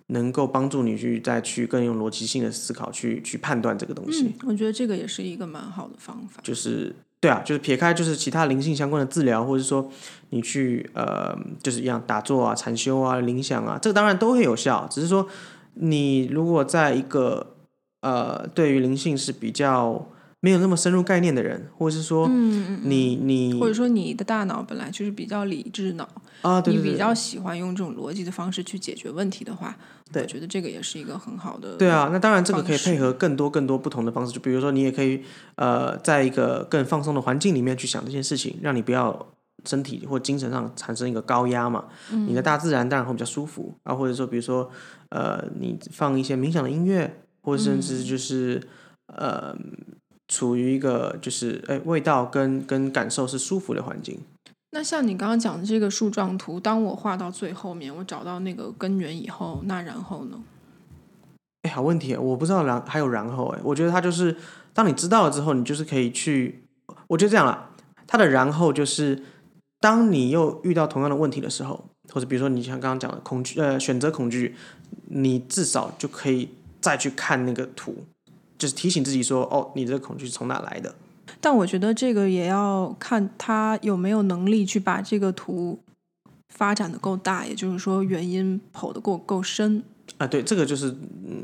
Speaker 1: 能够帮助你去再去更用逻辑性的思考去去判断这个东西。
Speaker 2: 嗯，我觉得这个也是一个蛮好的方法。
Speaker 1: 就是对啊，就是撇开就是其他灵性相关的治疗，或者说你去呃，就是一样打坐啊、禅修啊、冥想啊，这个当然都会有效，只是说你如果在一个呃对于灵性是比较没有那么深入概念的人，或者是说
Speaker 2: 嗯嗯，
Speaker 1: 你、你
Speaker 2: 或者说你的大脑本来就是比较理智脑，
Speaker 1: 啊，对对
Speaker 2: 你
Speaker 1: 对
Speaker 2: 比较喜欢用这种逻辑的方式去解决问题的话，
Speaker 1: 对
Speaker 2: 我觉得这个也是一个很好的。
Speaker 1: 对啊，那当然这个可以
Speaker 2: 方式
Speaker 1: 配合更多更多不同的方式，就比如说你也可以呃，在一个更放松的环境里面去想这件事情，让你不要身体或精神上产生一个高压嘛。
Speaker 2: 嗯
Speaker 1: 你在大自然当然会比较舒服啊，或者说比如说呃，你放一些冥想的音乐，或者甚至就是、呃，处于一个就是哎味道跟跟感受是舒服的环境。
Speaker 2: 那像你刚刚讲的这个树状图，当我画到最后面，我找到那个根源以后，那然后呢？
Speaker 1: 哎，好问题，我不知道然还有然后哎，我觉得它就是当你知道了之后，你就是可以去，我觉得这样啦，它的然后就是当你又遇到同样的问题的时候，或者比如说你像刚刚讲的恐惧，呃，选择恐惧，你至少就可以再去看那个图，就是提醒自己说，哦，你这个恐惧是从哪来的？
Speaker 2: 但我觉得这个也要看他有没有能力去把这个图发展的够大，也就是说原因剖的够够深。
Speaker 1: 啊，对，这个就是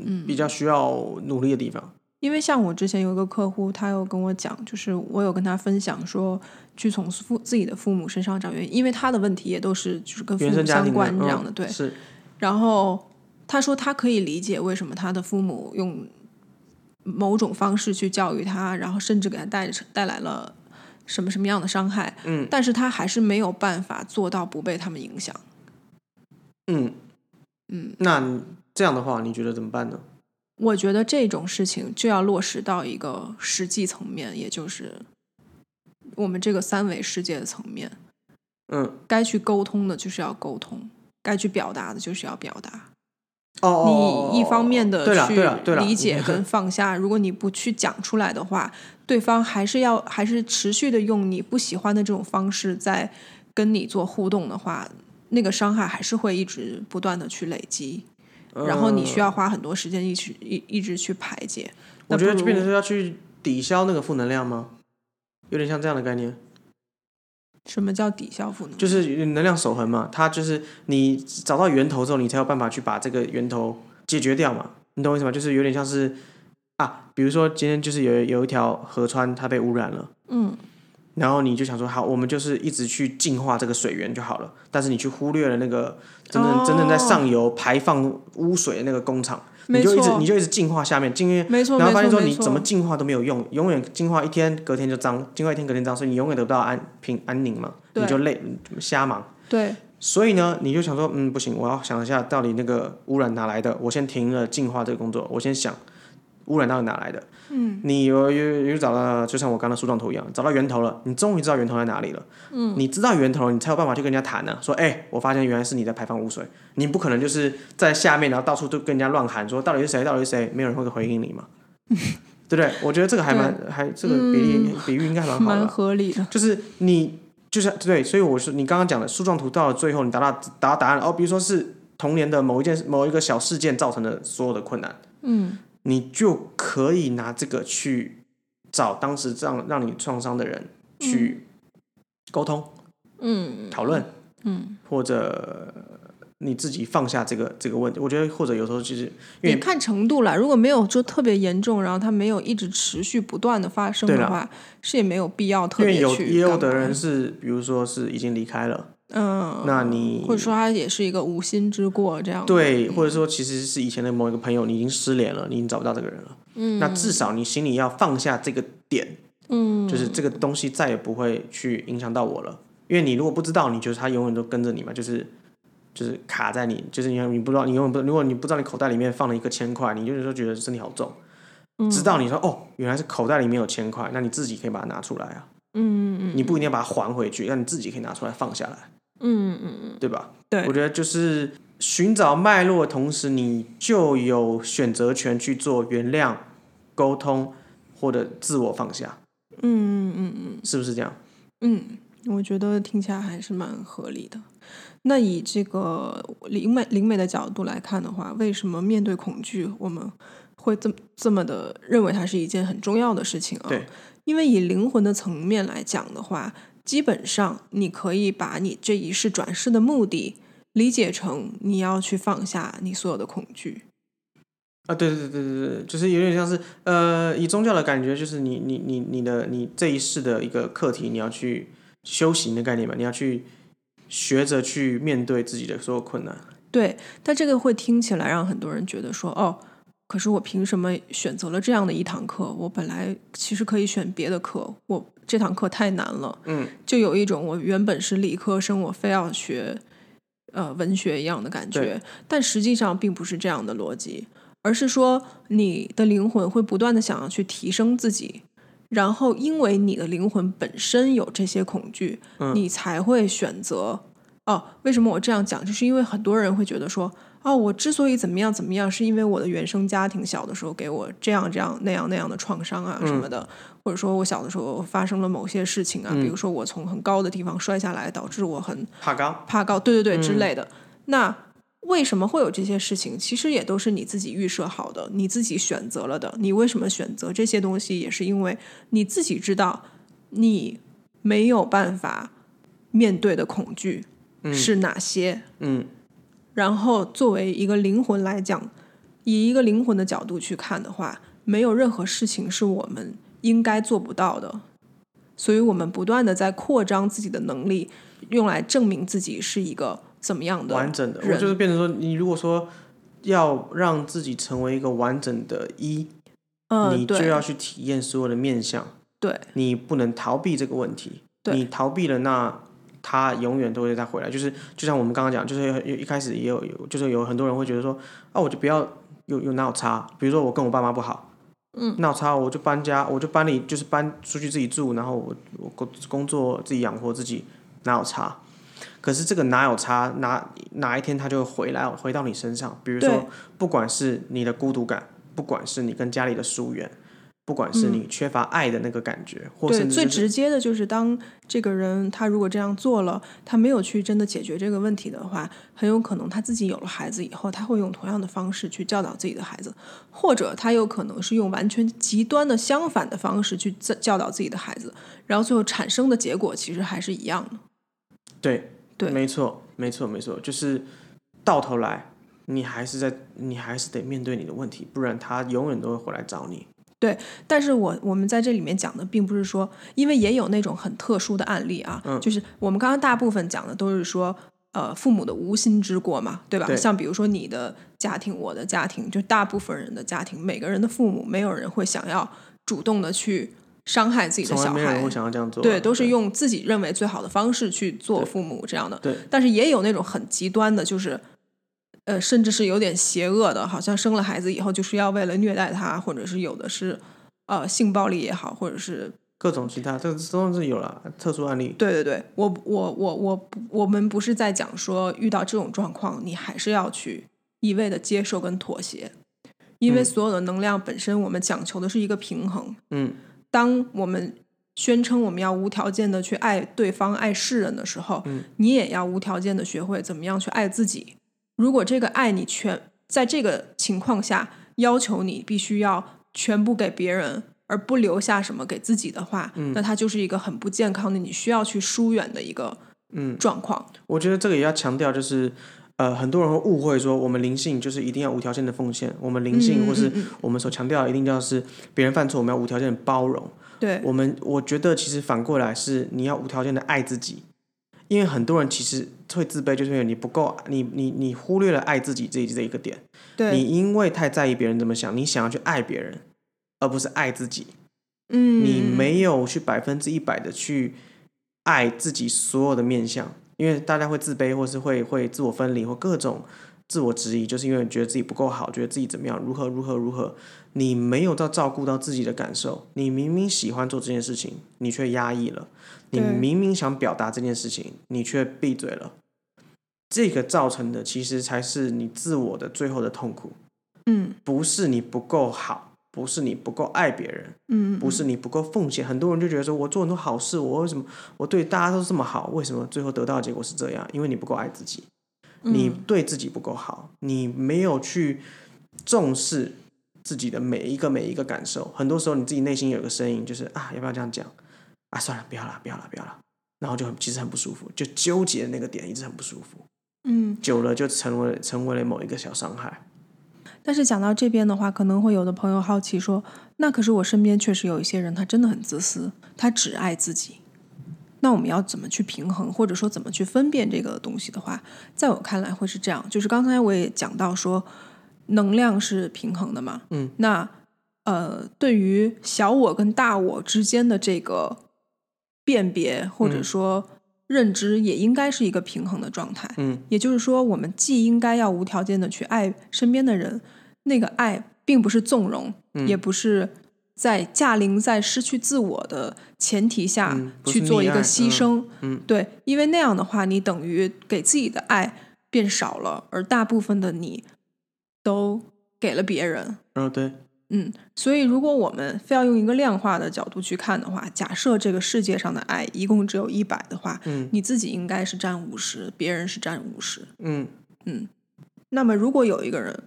Speaker 1: 嗯比较需要努力的地方。
Speaker 2: 因为像我之前有一个客户，他有跟我讲，就是我有跟他分享说，去从父自己的父母身上找原因，因为他的问题也都是就是跟父
Speaker 1: 原生
Speaker 2: 母
Speaker 1: 家
Speaker 2: 相
Speaker 1: 庭
Speaker 2: 关这样
Speaker 1: 嗯
Speaker 2: 的，对。
Speaker 1: 是
Speaker 2: 然后他说他可以理解为什么他的父母用某种方式去教育他，然后甚至给他带带来了什么什么样的伤害。
Speaker 1: 嗯
Speaker 2: 但是他还是没有办法做到不被他们影响。
Speaker 1: 嗯，
Speaker 2: 嗯，
Speaker 1: 那你这样的话，你觉得怎么办呢？
Speaker 2: 我觉得这种事情就要落实到一个实际层面，也就是我们这个三维世界的层面，
Speaker 1: 嗯，
Speaker 2: 该去沟通的就是要沟通，该去表达的就是要表达。
Speaker 1: 哦哦哦，哦
Speaker 2: 你一方面的
Speaker 1: 对了
Speaker 2: 去
Speaker 1: 对了对了，
Speaker 2: 理 解跟放下，如果你不去讲出来的话，对方还是要还是持续的用你不喜欢的这种方式在跟你做互动的话，那个伤害还是会一直不断的去累积，
Speaker 1: 嗯
Speaker 2: 然后你需
Speaker 1: 要，
Speaker 2: 要花很多时间一直一一直去排解。
Speaker 1: 我觉得
Speaker 2: 那
Speaker 1: 就
Speaker 2: 不
Speaker 1: 变成
Speaker 2: 如
Speaker 1: 是要去抵消那个负能量吗？有点像这样的概念，
Speaker 2: 什么叫抵消负能？
Speaker 1: 就是能量守恒嘛，它就是你找到源头之后，你才有办法去把这个源头解决掉嘛，你懂我意思吗？就是有点像是啊，比如说今天就是有有一条河川它被污染了。
Speaker 2: 嗯，
Speaker 1: 然后你就想说，好，我们就是一直去净化这个水源就好了。但是你去忽略了那个真
Speaker 2: 哦
Speaker 1: 正、真正在上游排放污水的那个工厂，你
Speaker 2: 没
Speaker 1: 就一直
Speaker 2: 错
Speaker 1: 你，就一直净化下面，净
Speaker 2: 没错，
Speaker 1: 然后
Speaker 2: 没
Speaker 1: 发现
Speaker 2: 错，
Speaker 1: 说
Speaker 2: 没
Speaker 1: 你怎么
Speaker 2: 错。
Speaker 1: 净化都没有用，永远净化一天，隔天就脏，净化一天，隔天脏，所以你永远得不到安平安宁嘛，
Speaker 2: 对
Speaker 1: 你就累嗯瞎忙。
Speaker 2: 对，
Speaker 1: 所以呢，你就想说，嗯，不行，我要想一下到底那个污染哪来的，我先停了净化这个工作，我先想污染到底哪来的。嗯，你有有有找到，就像我刚刚的树状图一样，找到源头了，你终于知道源头在哪里了。嗯，你知道源头了，你才有办法去跟人家谈呢、说，哎、我发现原来是你在排放污水，你不可能就是在下面，然后到处都跟人家乱喊说到底是谁，到底是谁，没有人会回应你嘛，对不对？嗯我觉得这个还蛮还这个比例、比喻应该蛮好的
Speaker 2: 蛮
Speaker 1: 啊。
Speaker 2: 合理的。
Speaker 1: 就是你就是对，所以我说你刚刚讲的树状图到了最后，你达到达到答案了哦，比如说是童年的某一件某一个小事件造成的所有的困难，
Speaker 2: 嗯，
Speaker 1: 你就可以拿这个去找当时让让你创伤的人去沟通、
Speaker 2: 嗯
Speaker 1: 讨论，
Speaker 2: 嗯，
Speaker 1: 或者你自己放下这个这个问题。我觉得或者有时候就是因
Speaker 2: 也
Speaker 1: 为
Speaker 2: 看程度啦。如果没有说特别严重，然后它没有一直持续不断的发生
Speaker 1: 对
Speaker 2: 的
Speaker 1: 啦
Speaker 2: 话，是也没有必要特
Speaker 1: 因为
Speaker 2: 别
Speaker 1: 有
Speaker 2: 去。
Speaker 1: 也有的人，是，比如说是已经离开了，
Speaker 2: 嗯，
Speaker 1: 那你
Speaker 2: 或者说嗯他也是一个无心之过这样。，
Speaker 1: 对，或者说其实是以前的某一个朋友，你已经失联了，你已经找不到这个人了。
Speaker 2: 嗯，
Speaker 1: 那至少你心里要放下这个点，
Speaker 2: 嗯，
Speaker 1: 就是这个东西再也不会去影响到我了。因为你如果不知道，你就是它永远都跟着你嘛，就是就是卡在你，就是你你不知道，你永远不，如果你不知道你口袋里面放了一个千块，你就是说觉得身体好重，
Speaker 2: 嗯
Speaker 1: 直到你说哦，原来是口袋里面有千块，那你自己可以把它拿出来啊，
Speaker 2: 嗯，嗯
Speaker 1: 你不一定要把它还回去，但你自己可以拿出来放下来，
Speaker 2: 嗯嗯嗯，
Speaker 1: 对吧？
Speaker 2: 对
Speaker 1: 我觉得就是寻找脉络的同时，你就有选择权去做原谅、沟通或者自我放下，
Speaker 2: 嗯嗯嗯
Speaker 1: 是不是这样？
Speaker 2: 嗯，我觉得听起来还是蛮合理的。那以这个灵媒灵媒的角度来看的话，为什么面对恐惧，我们会这么这么的认为它是一件很重要的事情啊？
Speaker 1: 对，
Speaker 2: 因为以灵魂的层面来讲的话，基本上你可以把你这一世转世的目的理解成你要去放下你所有的恐惧。
Speaker 1: 啊，对对对对对，就是有点像是呃，以宗教的感觉，就是你你你你的你这一世的一个课题，你要去修行的概念嘛，你要去学着去面对自己的所有困难。
Speaker 2: 对，但这个会听起来让很多人觉得说，哦，可是我凭什么选择了这样的一堂课？我本来其实可以选别的课，我这堂课太难了，
Speaker 1: 嗯，
Speaker 2: 就有一种我原本是理科生，我非要学呃文学一样的感觉
Speaker 1: 对。
Speaker 2: 但实际上并不是这样的逻辑，而是说你的灵魂会不断的想要去提升自己。然后，因为你的灵魂本身有这些恐惧，
Speaker 1: 嗯
Speaker 2: 你才会选择哦，为什么我这样讲？就是因为很多人会觉得说，哦，我之所以怎么样怎么样，是因为我的原生家庭小的时候给我这样这样那样那样的创伤啊什么的，或者说我小的时候发生了某些事情啊，比如说我从很高的地方摔下来，导致我很
Speaker 1: 怕高。
Speaker 2: 怕高，对对对之类的。那为什么会有这些事情？其实也都是你自己预设好的，你自己选择了的。你为什么选择这些东西，也是因为你自己知道你没有办法面对的恐惧是哪些。
Speaker 1: 嗯，
Speaker 2: 然后作为一个灵魂来讲，以一个灵魂的角度去看的话，没有任何事情是我们应该做不到的，所以我们不断的在扩张自己的能力，用来证明自己是一个怎么样的
Speaker 1: 完整的，我
Speaker 2: 人
Speaker 1: 就是变成说，你如果说要让自己成为一个完整的一，
Speaker 2: 嗯，
Speaker 1: 你就要
Speaker 2: 对
Speaker 1: 去体验所有的面相，
Speaker 2: 对
Speaker 1: 你不能逃避这个问题。
Speaker 2: 对
Speaker 1: 你逃避了，那他永远都会再回来。就是就像我们刚刚讲，就是有有一开始也有有，就是有很多人会觉得说，啊，我就不要有有闹差，比如说我跟我爸妈不好。
Speaker 2: 嗯，
Speaker 1: 闹差我就搬家，我就搬离，就是搬出去自己住，然后我我工工作自己养活自己，哪有差？可是这个哪有差，哪哪一天他就会回来，回到你身上。比如
Speaker 2: 对
Speaker 1: 说，不管是你的孤独感，不管是你跟家里的疏远，不管是你缺乏爱的那个感觉，或
Speaker 2: 嗯对，
Speaker 1: 甚至、
Speaker 2: 最
Speaker 1: 就是、
Speaker 2: 直接的就是当这个人他如果这样做了，他没有去真的解决这个问题的话，很有可能他自己有了孩子以后，他会用同样的方式去教导自己的孩子，或者他有可能是用完全极端的相反的方式去教教导自己的孩子，然后最后产生的结果其实还是一样的。
Speaker 1: 对
Speaker 2: 对
Speaker 1: 没错，没错，没错，就是到头来，你还是在，你还是得面对你的问题，不然他永远都会回来找你。
Speaker 2: 但是我我们在这里面讲的，并不是说，因为也有那种很特殊的案例啊，
Speaker 1: 嗯
Speaker 2: 就是我们刚刚大部分讲的都是说，呃，父母的无心之过嘛，对吧？
Speaker 1: 对
Speaker 2: 像比如说你的家庭，我的家庭，就大部分人的家庭，每个人的父母，没有人会想要主动的去伤害自己的
Speaker 1: 从来
Speaker 2: 小
Speaker 1: 没有人
Speaker 2: 孩
Speaker 1: 会，想要这样做啊，
Speaker 2: 对，都是用自己认为最好的方式去做父母这样的。
Speaker 1: 对
Speaker 2: 但是也有那种很极端的，就是。呃，甚至是有点邪恶的，好像生了孩子以后就是要为了虐待他，或者是有的是，呃，性暴力也好，或者是
Speaker 1: 各种其他，这这都是有了特殊案例。
Speaker 2: 对对对，我我我我不我们不是在讲说遇到这种状况，你还是要去一味的接受跟妥协，因为
Speaker 1: 嗯
Speaker 2: 所有的能量本身，我们讲求的是一个平衡，
Speaker 1: 嗯，
Speaker 2: 当我们宣称我们要无条件的去爱对方、爱世人的时候，
Speaker 1: 嗯
Speaker 2: 你也要无条件的学会怎么样去爱自己。如果这个爱你全在这个情况下要求你必须要全部给别人，而不留下什么给自己的话，
Speaker 1: 嗯
Speaker 2: 那它就是一个很不健康的，你需要去疏远的一个
Speaker 1: 嗯
Speaker 2: 状况。
Speaker 1: 我觉得这个也要强调，就是呃，很多人会误会说我们灵性就是一定要无条件的奉献，我们灵性
Speaker 2: 嗯
Speaker 1: 或是
Speaker 2: 嗯嗯
Speaker 1: 我们所强调的一定要是别人犯错，我们要无条件的包容。
Speaker 2: 对，
Speaker 1: 我们我觉得其实反过来是你要无条件的爱自己，因为很多人其实会自卑，就是因为你不够，你你你忽略了爱自己这这一个点，你
Speaker 2: 对，
Speaker 1: 因为太在意别人怎么想，你想要去爱别人，而不是爱自己。
Speaker 2: 嗯，
Speaker 1: 你没有去百分之一百的去爱自己所有的面相，因为大家会自卑，或是会会自我分离，或各种自我质疑，就是因为觉得自己不够好，觉得自己怎么样，如何如何如何，你没有到照顾到自己的感受。你明明喜欢做这件事情，你却压抑了；你
Speaker 2: 对
Speaker 1: 明明想表达这件事情，你却闭嘴了。这个造成的其实才是你自我的最后的痛苦，
Speaker 2: 嗯，
Speaker 1: 不是你不够好，不是你不够爱别人，
Speaker 2: 嗯，
Speaker 1: 不是你不够奉献。很多人就觉得说，我做很多好事，我为什么我对大家都这么好，为什么最后得到的结果是这样？因为你不够爱自己，
Speaker 2: 嗯
Speaker 1: 你对自己不够好，你没有去重视自己的每一个每一个感受。很多时候你自己内心有个声音，就是啊，要不要这样讲？啊，算了，不要了，不要了，不要了。然后就很其实很不舒服，就纠结那个点一直很不舒服，
Speaker 2: 嗯，
Speaker 1: 久了就成为成为了某一个小伤害。
Speaker 2: 但是讲到这边的话，可能会有的朋友好奇说，那可是我身边确实有一些人，他真的很自私，他只爱自己。那我们要怎么去平衡，或者说怎么去分辨这个东西的话，在我看来会是这样，就是刚才我也讲到说，能量是平衡的嘛，
Speaker 1: 嗯，
Speaker 2: 那呃，对于小我跟大我之间的这个辨别或者
Speaker 1: 嗯
Speaker 2: 说认知，也应该是一个平衡的状态，
Speaker 1: 嗯
Speaker 2: 也就是说，我们既应该要无条件的去爱身边的人，那个爱并不是纵容，
Speaker 1: 嗯，
Speaker 2: 也不是在驾临在失去自我的前提下、
Speaker 1: 嗯不是
Speaker 2: 去做一
Speaker 1: 溺爱
Speaker 2: 个牺牲。
Speaker 1: 嗯嗯
Speaker 2: 对，因为那样的话，你等于给自己的爱变少了，而大部分的你都给了别人。
Speaker 1: 嗯、对，
Speaker 2: 嗯，所以如果我们非要用一个量化的角度去看的话，假设这个世界上的爱一共只有一百的话，
Speaker 1: 嗯
Speaker 2: 你自己应该是占五十，别人是占五十。
Speaker 1: 嗯
Speaker 2: 那么，如果有一个人，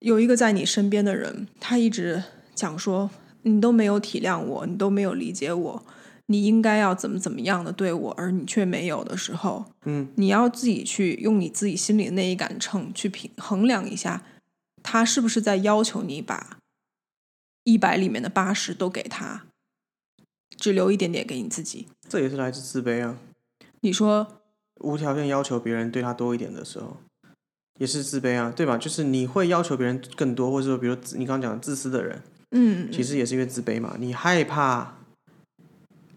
Speaker 2: 有一个在你身边的人，他一直讲说你都没有体谅我，你都没有理解我，你应该要怎么怎么样的对我，而你却没有的时候，
Speaker 1: 嗯，
Speaker 2: 你要自己去用你自己心里的那一杆秤去平衡量一下，他是不是在要求你把一百里面的八十都给他，只留一点点给你自己。
Speaker 1: 这也是来自自卑啊。
Speaker 2: 你说
Speaker 1: 无条件要求别人对他多一点的时候，也是自卑啊，对吧？就是你会要求别人更多，或者说，比如自你刚刚讲的自私的人，
Speaker 2: 嗯，嗯
Speaker 1: 其实也是因为自卑嘛。你害怕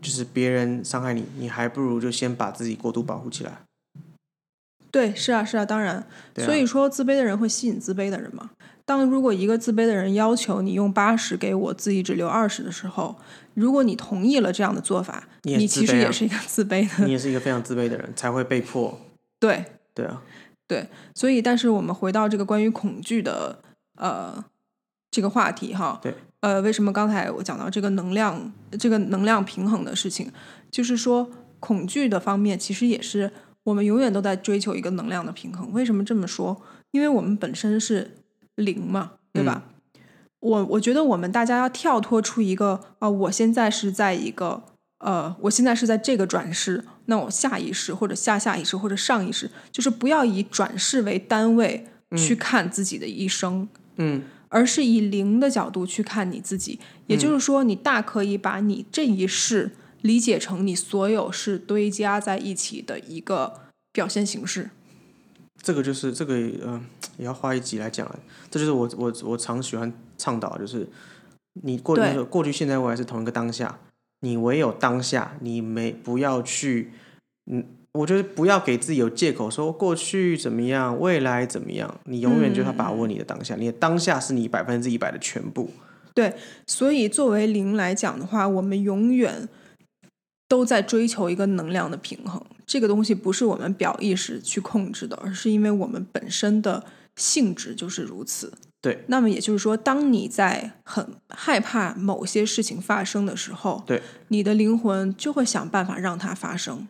Speaker 1: 就是别人伤害你，你还不如就先把自己过度保护起来。
Speaker 2: 对，是啊，是啊，当然，
Speaker 1: 对啊
Speaker 2: 所以说自卑的人会吸引自卑的人嘛。当如果一个自卑的人要求你用八十给我，自己只留二十的时候，如果你同意了这样的做法，
Speaker 1: 你
Speaker 2: 你
Speaker 1: 也自
Speaker 2: 其实
Speaker 1: 卑啊
Speaker 2: 也是一个自卑
Speaker 1: 你
Speaker 2: 的。
Speaker 1: 也是一个非常自卑的人，才会被迫。
Speaker 2: 对，
Speaker 1: 对啊，
Speaker 2: 所以但是我们回到这个关于恐惧的呃这个话题哈，
Speaker 1: 对，
Speaker 2: 呃，为什么刚才我讲到这个能量这个能量平衡的事情，就是说恐惧的方面其实也是我们永远都在追求一个能量的平衡。为什么这么说？因为我们本身是零嘛，对吧？我我觉得我们大家要跳脱出一个啊、呃我现在是在一个呃，我现在是在这个转世，那我下一世或者下下一世或者上一世，就是不要以转世为单位去看自己的一生，
Speaker 1: 嗯
Speaker 2: 而是以零的角度去看你自己。也就是说，你大可以把你这一世理解成你所有是堆加在一起的一个表现形式。
Speaker 1: 这个就是这个，嗯、也要花一集来讲了。这就是我我我常喜欢倡导，就是你过
Speaker 2: 对
Speaker 1: 你说过去、现在、未来是同一个当下。你唯有当下，你没不要去，嗯，我觉得不要给自己有借口说过去怎么样，未来怎么样。你永远就要把握你的当下，你的当下是你百分之一百的全部。
Speaker 2: 所以，作为零来讲的话，我们永远都在追求一个能量的平衡。这个东西不是我们表意识去控制的，而是因为我们本身的性质就是如此。
Speaker 1: 对，
Speaker 2: 那么也就是说，当你在很害怕某些事情发生的时候，
Speaker 1: 对，
Speaker 2: 你的灵魂就会想办法让它发生，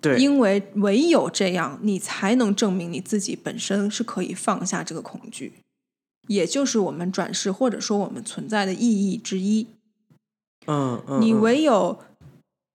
Speaker 1: 对，
Speaker 2: 因为唯有这样，你才能证明你自己本身是可以放下这个恐惧，也就是我们转世或者说我们存在的意义之一。
Speaker 1: 嗯嗯，
Speaker 2: 你
Speaker 1: 嗯
Speaker 2: 唯有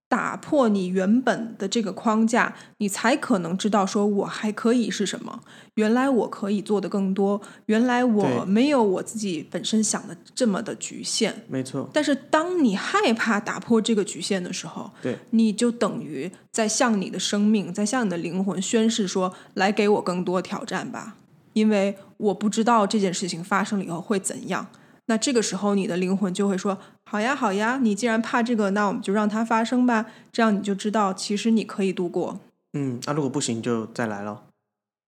Speaker 2: 打破你原本的这个框架，你才可能知道说我还可以是什么。原来我可以做的更多，原来
Speaker 1: 对
Speaker 2: 我没有我自己本身想的这么的局限。
Speaker 1: 没错，
Speaker 2: 但是当你害怕打破这个局限的时候，
Speaker 1: 对，
Speaker 2: 你就等于在向你的生命，在向你的灵魂宣誓说：“来给我更多挑战吧，因为我不知道这件事情发生了以后会怎样。”那这个时候，你的灵魂就会说：“好呀，好呀，你既然怕这个，那我们就让它发生吧。这样你就知道，其实你可以度过
Speaker 1: 嗯，那、如果不行就再来咯。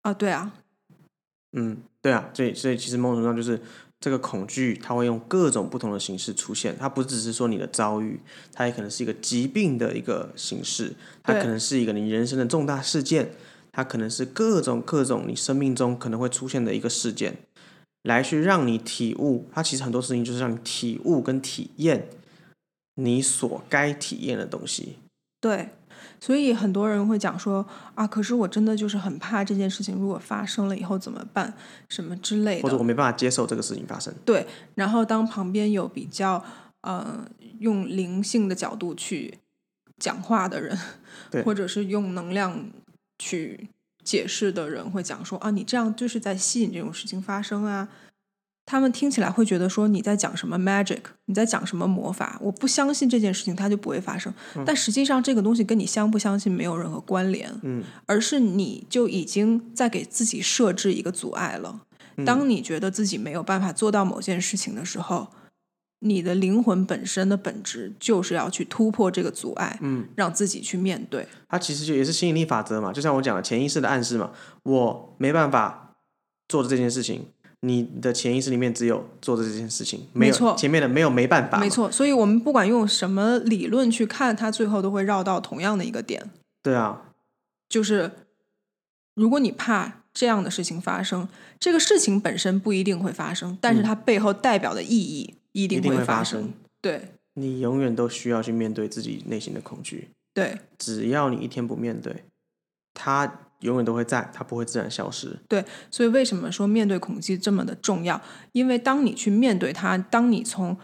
Speaker 2: 啊。”对啊，
Speaker 1: 嗯，对啊，所以所以其实某种程度上就是这个恐惧，它会用各种不同的形式出现，它不只是说你的遭遇，它也可能是一个疾病的一个形式，它
Speaker 2: 对
Speaker 1: 可能是一个你人生的重大事件，它可能是各种各种你生命中可能会出现的一个事件。来去让你体悟，它其实很多事情就是让你体悟跟体验你所该体验的东西。
Speaker 2: 对，所以很多人会讲说啊，可是我真的就是很怕这件事情，如果发生了以后怎么办，什么之类
Speaker 1: 或者我
Speaker 2: 的。
Speaker 1: 没办法接受这个事情发生。
Speaker 2: 对，然后当旁边有比较呃用灵性的角度去讲话的人
Speaker 1: 对，
Speaker 2: 或者是用能量去解释的人，会讲说啊，你这样就是在吸引这种事情发生啊。他们听起来会觉得说你在讲什么 magic，你在讲什么魔法，我不相信这件事情它就不会发生。但实际上，这个东西跟你相不相信没有任何关联，
Speaker 1: 嗯，
Speaker 2: 而是你就已经在给自己设置一个阻碍了。
Speaker 1: 嗯
Speaker 2: 当你觉得自己没有办法做到某件事情的时候，你的灵魂本身的本质就是要去突破这个阻碍，
Speaker 1: 嗯，
Speaker 2: 让自己去面对。
Speaker 1: 它其实就也是吸引力法则嘛，就像我讲的潜意识的暗示嘛，我没办法做这件事情。你的潜意识里面只有做这件事情，没有
Speaker 2: 没错
Speaker 1: 前面的没有没办法，
Speaker 2: 没，错，所以我们不管用什么理论去看，它最后都会绕到同样的一个点，
Speaker 1: 对啊，
Speaker 2: 就是如果你怕这样的事情发生，这个事情本身不一定会发生，但是它背后代表的意义一
Speaker 1: 嗯一
Speaker 2: 定
Speaker 1: 定
Speaker 2: 会
Speaker 1: 会发
Speaker 2: 生
Speaker 1: 生。
Speaker 2: 对
Speaker 1: 你永远都需要去面对自己内心的恐惧，
Speaker 2: 对
Speaker 1: 只要你一天不面对，它永远都会在，它不会自然消失。
Speaker 2: 对，所以为什么说面对恐惧这么的重要？因为当你去面对它，当你从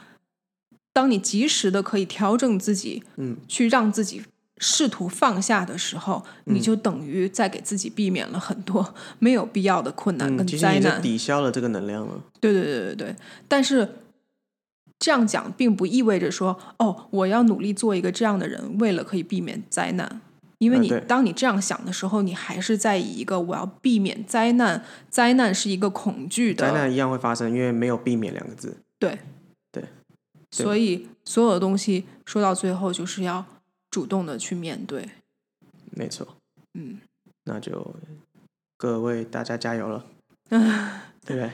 Speaker 2: 当你及时的可以调整自己，
Speaker 1: 嗯，
Speaker 2: 去让自己试图放下的时候，
Speaker 1: 嗯
Speaker 2: 你就等于在给自己避免了很多 没有必要的困难
Speaker 1: 嗯，
Speaker 2: 跟
Speaker 1: 其实
Speaker 2: 啊灾
Speaker 1: 你
Speaker 2: 难。
Speaker 1: 是抵消了这个能量了。
Speaker 2: 对对对对对，但是这样讲并不意味着说，哦，我要努力做一个这样的人，为了可以避免灾难。因为
Speaker 1: 呃
Speaker 2: 你、
Speaker 1: 对
Speaker 2: 当你这样想的时候，你还是在以一个我要避免灾难，灾难是一个恐惧的，
Speaker 1: 灾难一样会发生，因为没有避免两个字。
Speaker 2: 对
Speaker 1: 对，对
Speaker 2: 所以所有的东西说到最后就是要主动的去面对，
Speaker 1: 没错，
Speaker 2: 嗯，
Speaker 1: 那就各位大家加油了，对不对？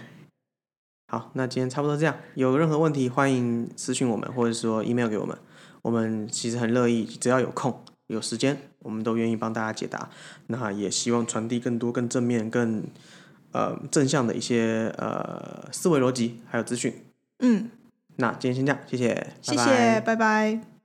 Speaker 1: 好，那今天差不多这样。有任何问题，欢迎私信我们，或者说 email 给我们。我们其实很乐意，只要有空、有时间，我们都愿意帮大家解答。那也希望传递更多、更正面、更呃正向的一些呃思维逻辑还有资讯。
Speaker 2: 嗯，
Speaker 1: 那今天先这样，谢谢，
Speaker 2: 谢
Speaker 1: 拜
Speaker 2: 谢，
Speaker 1: 拜
Speaker 2: 拜拜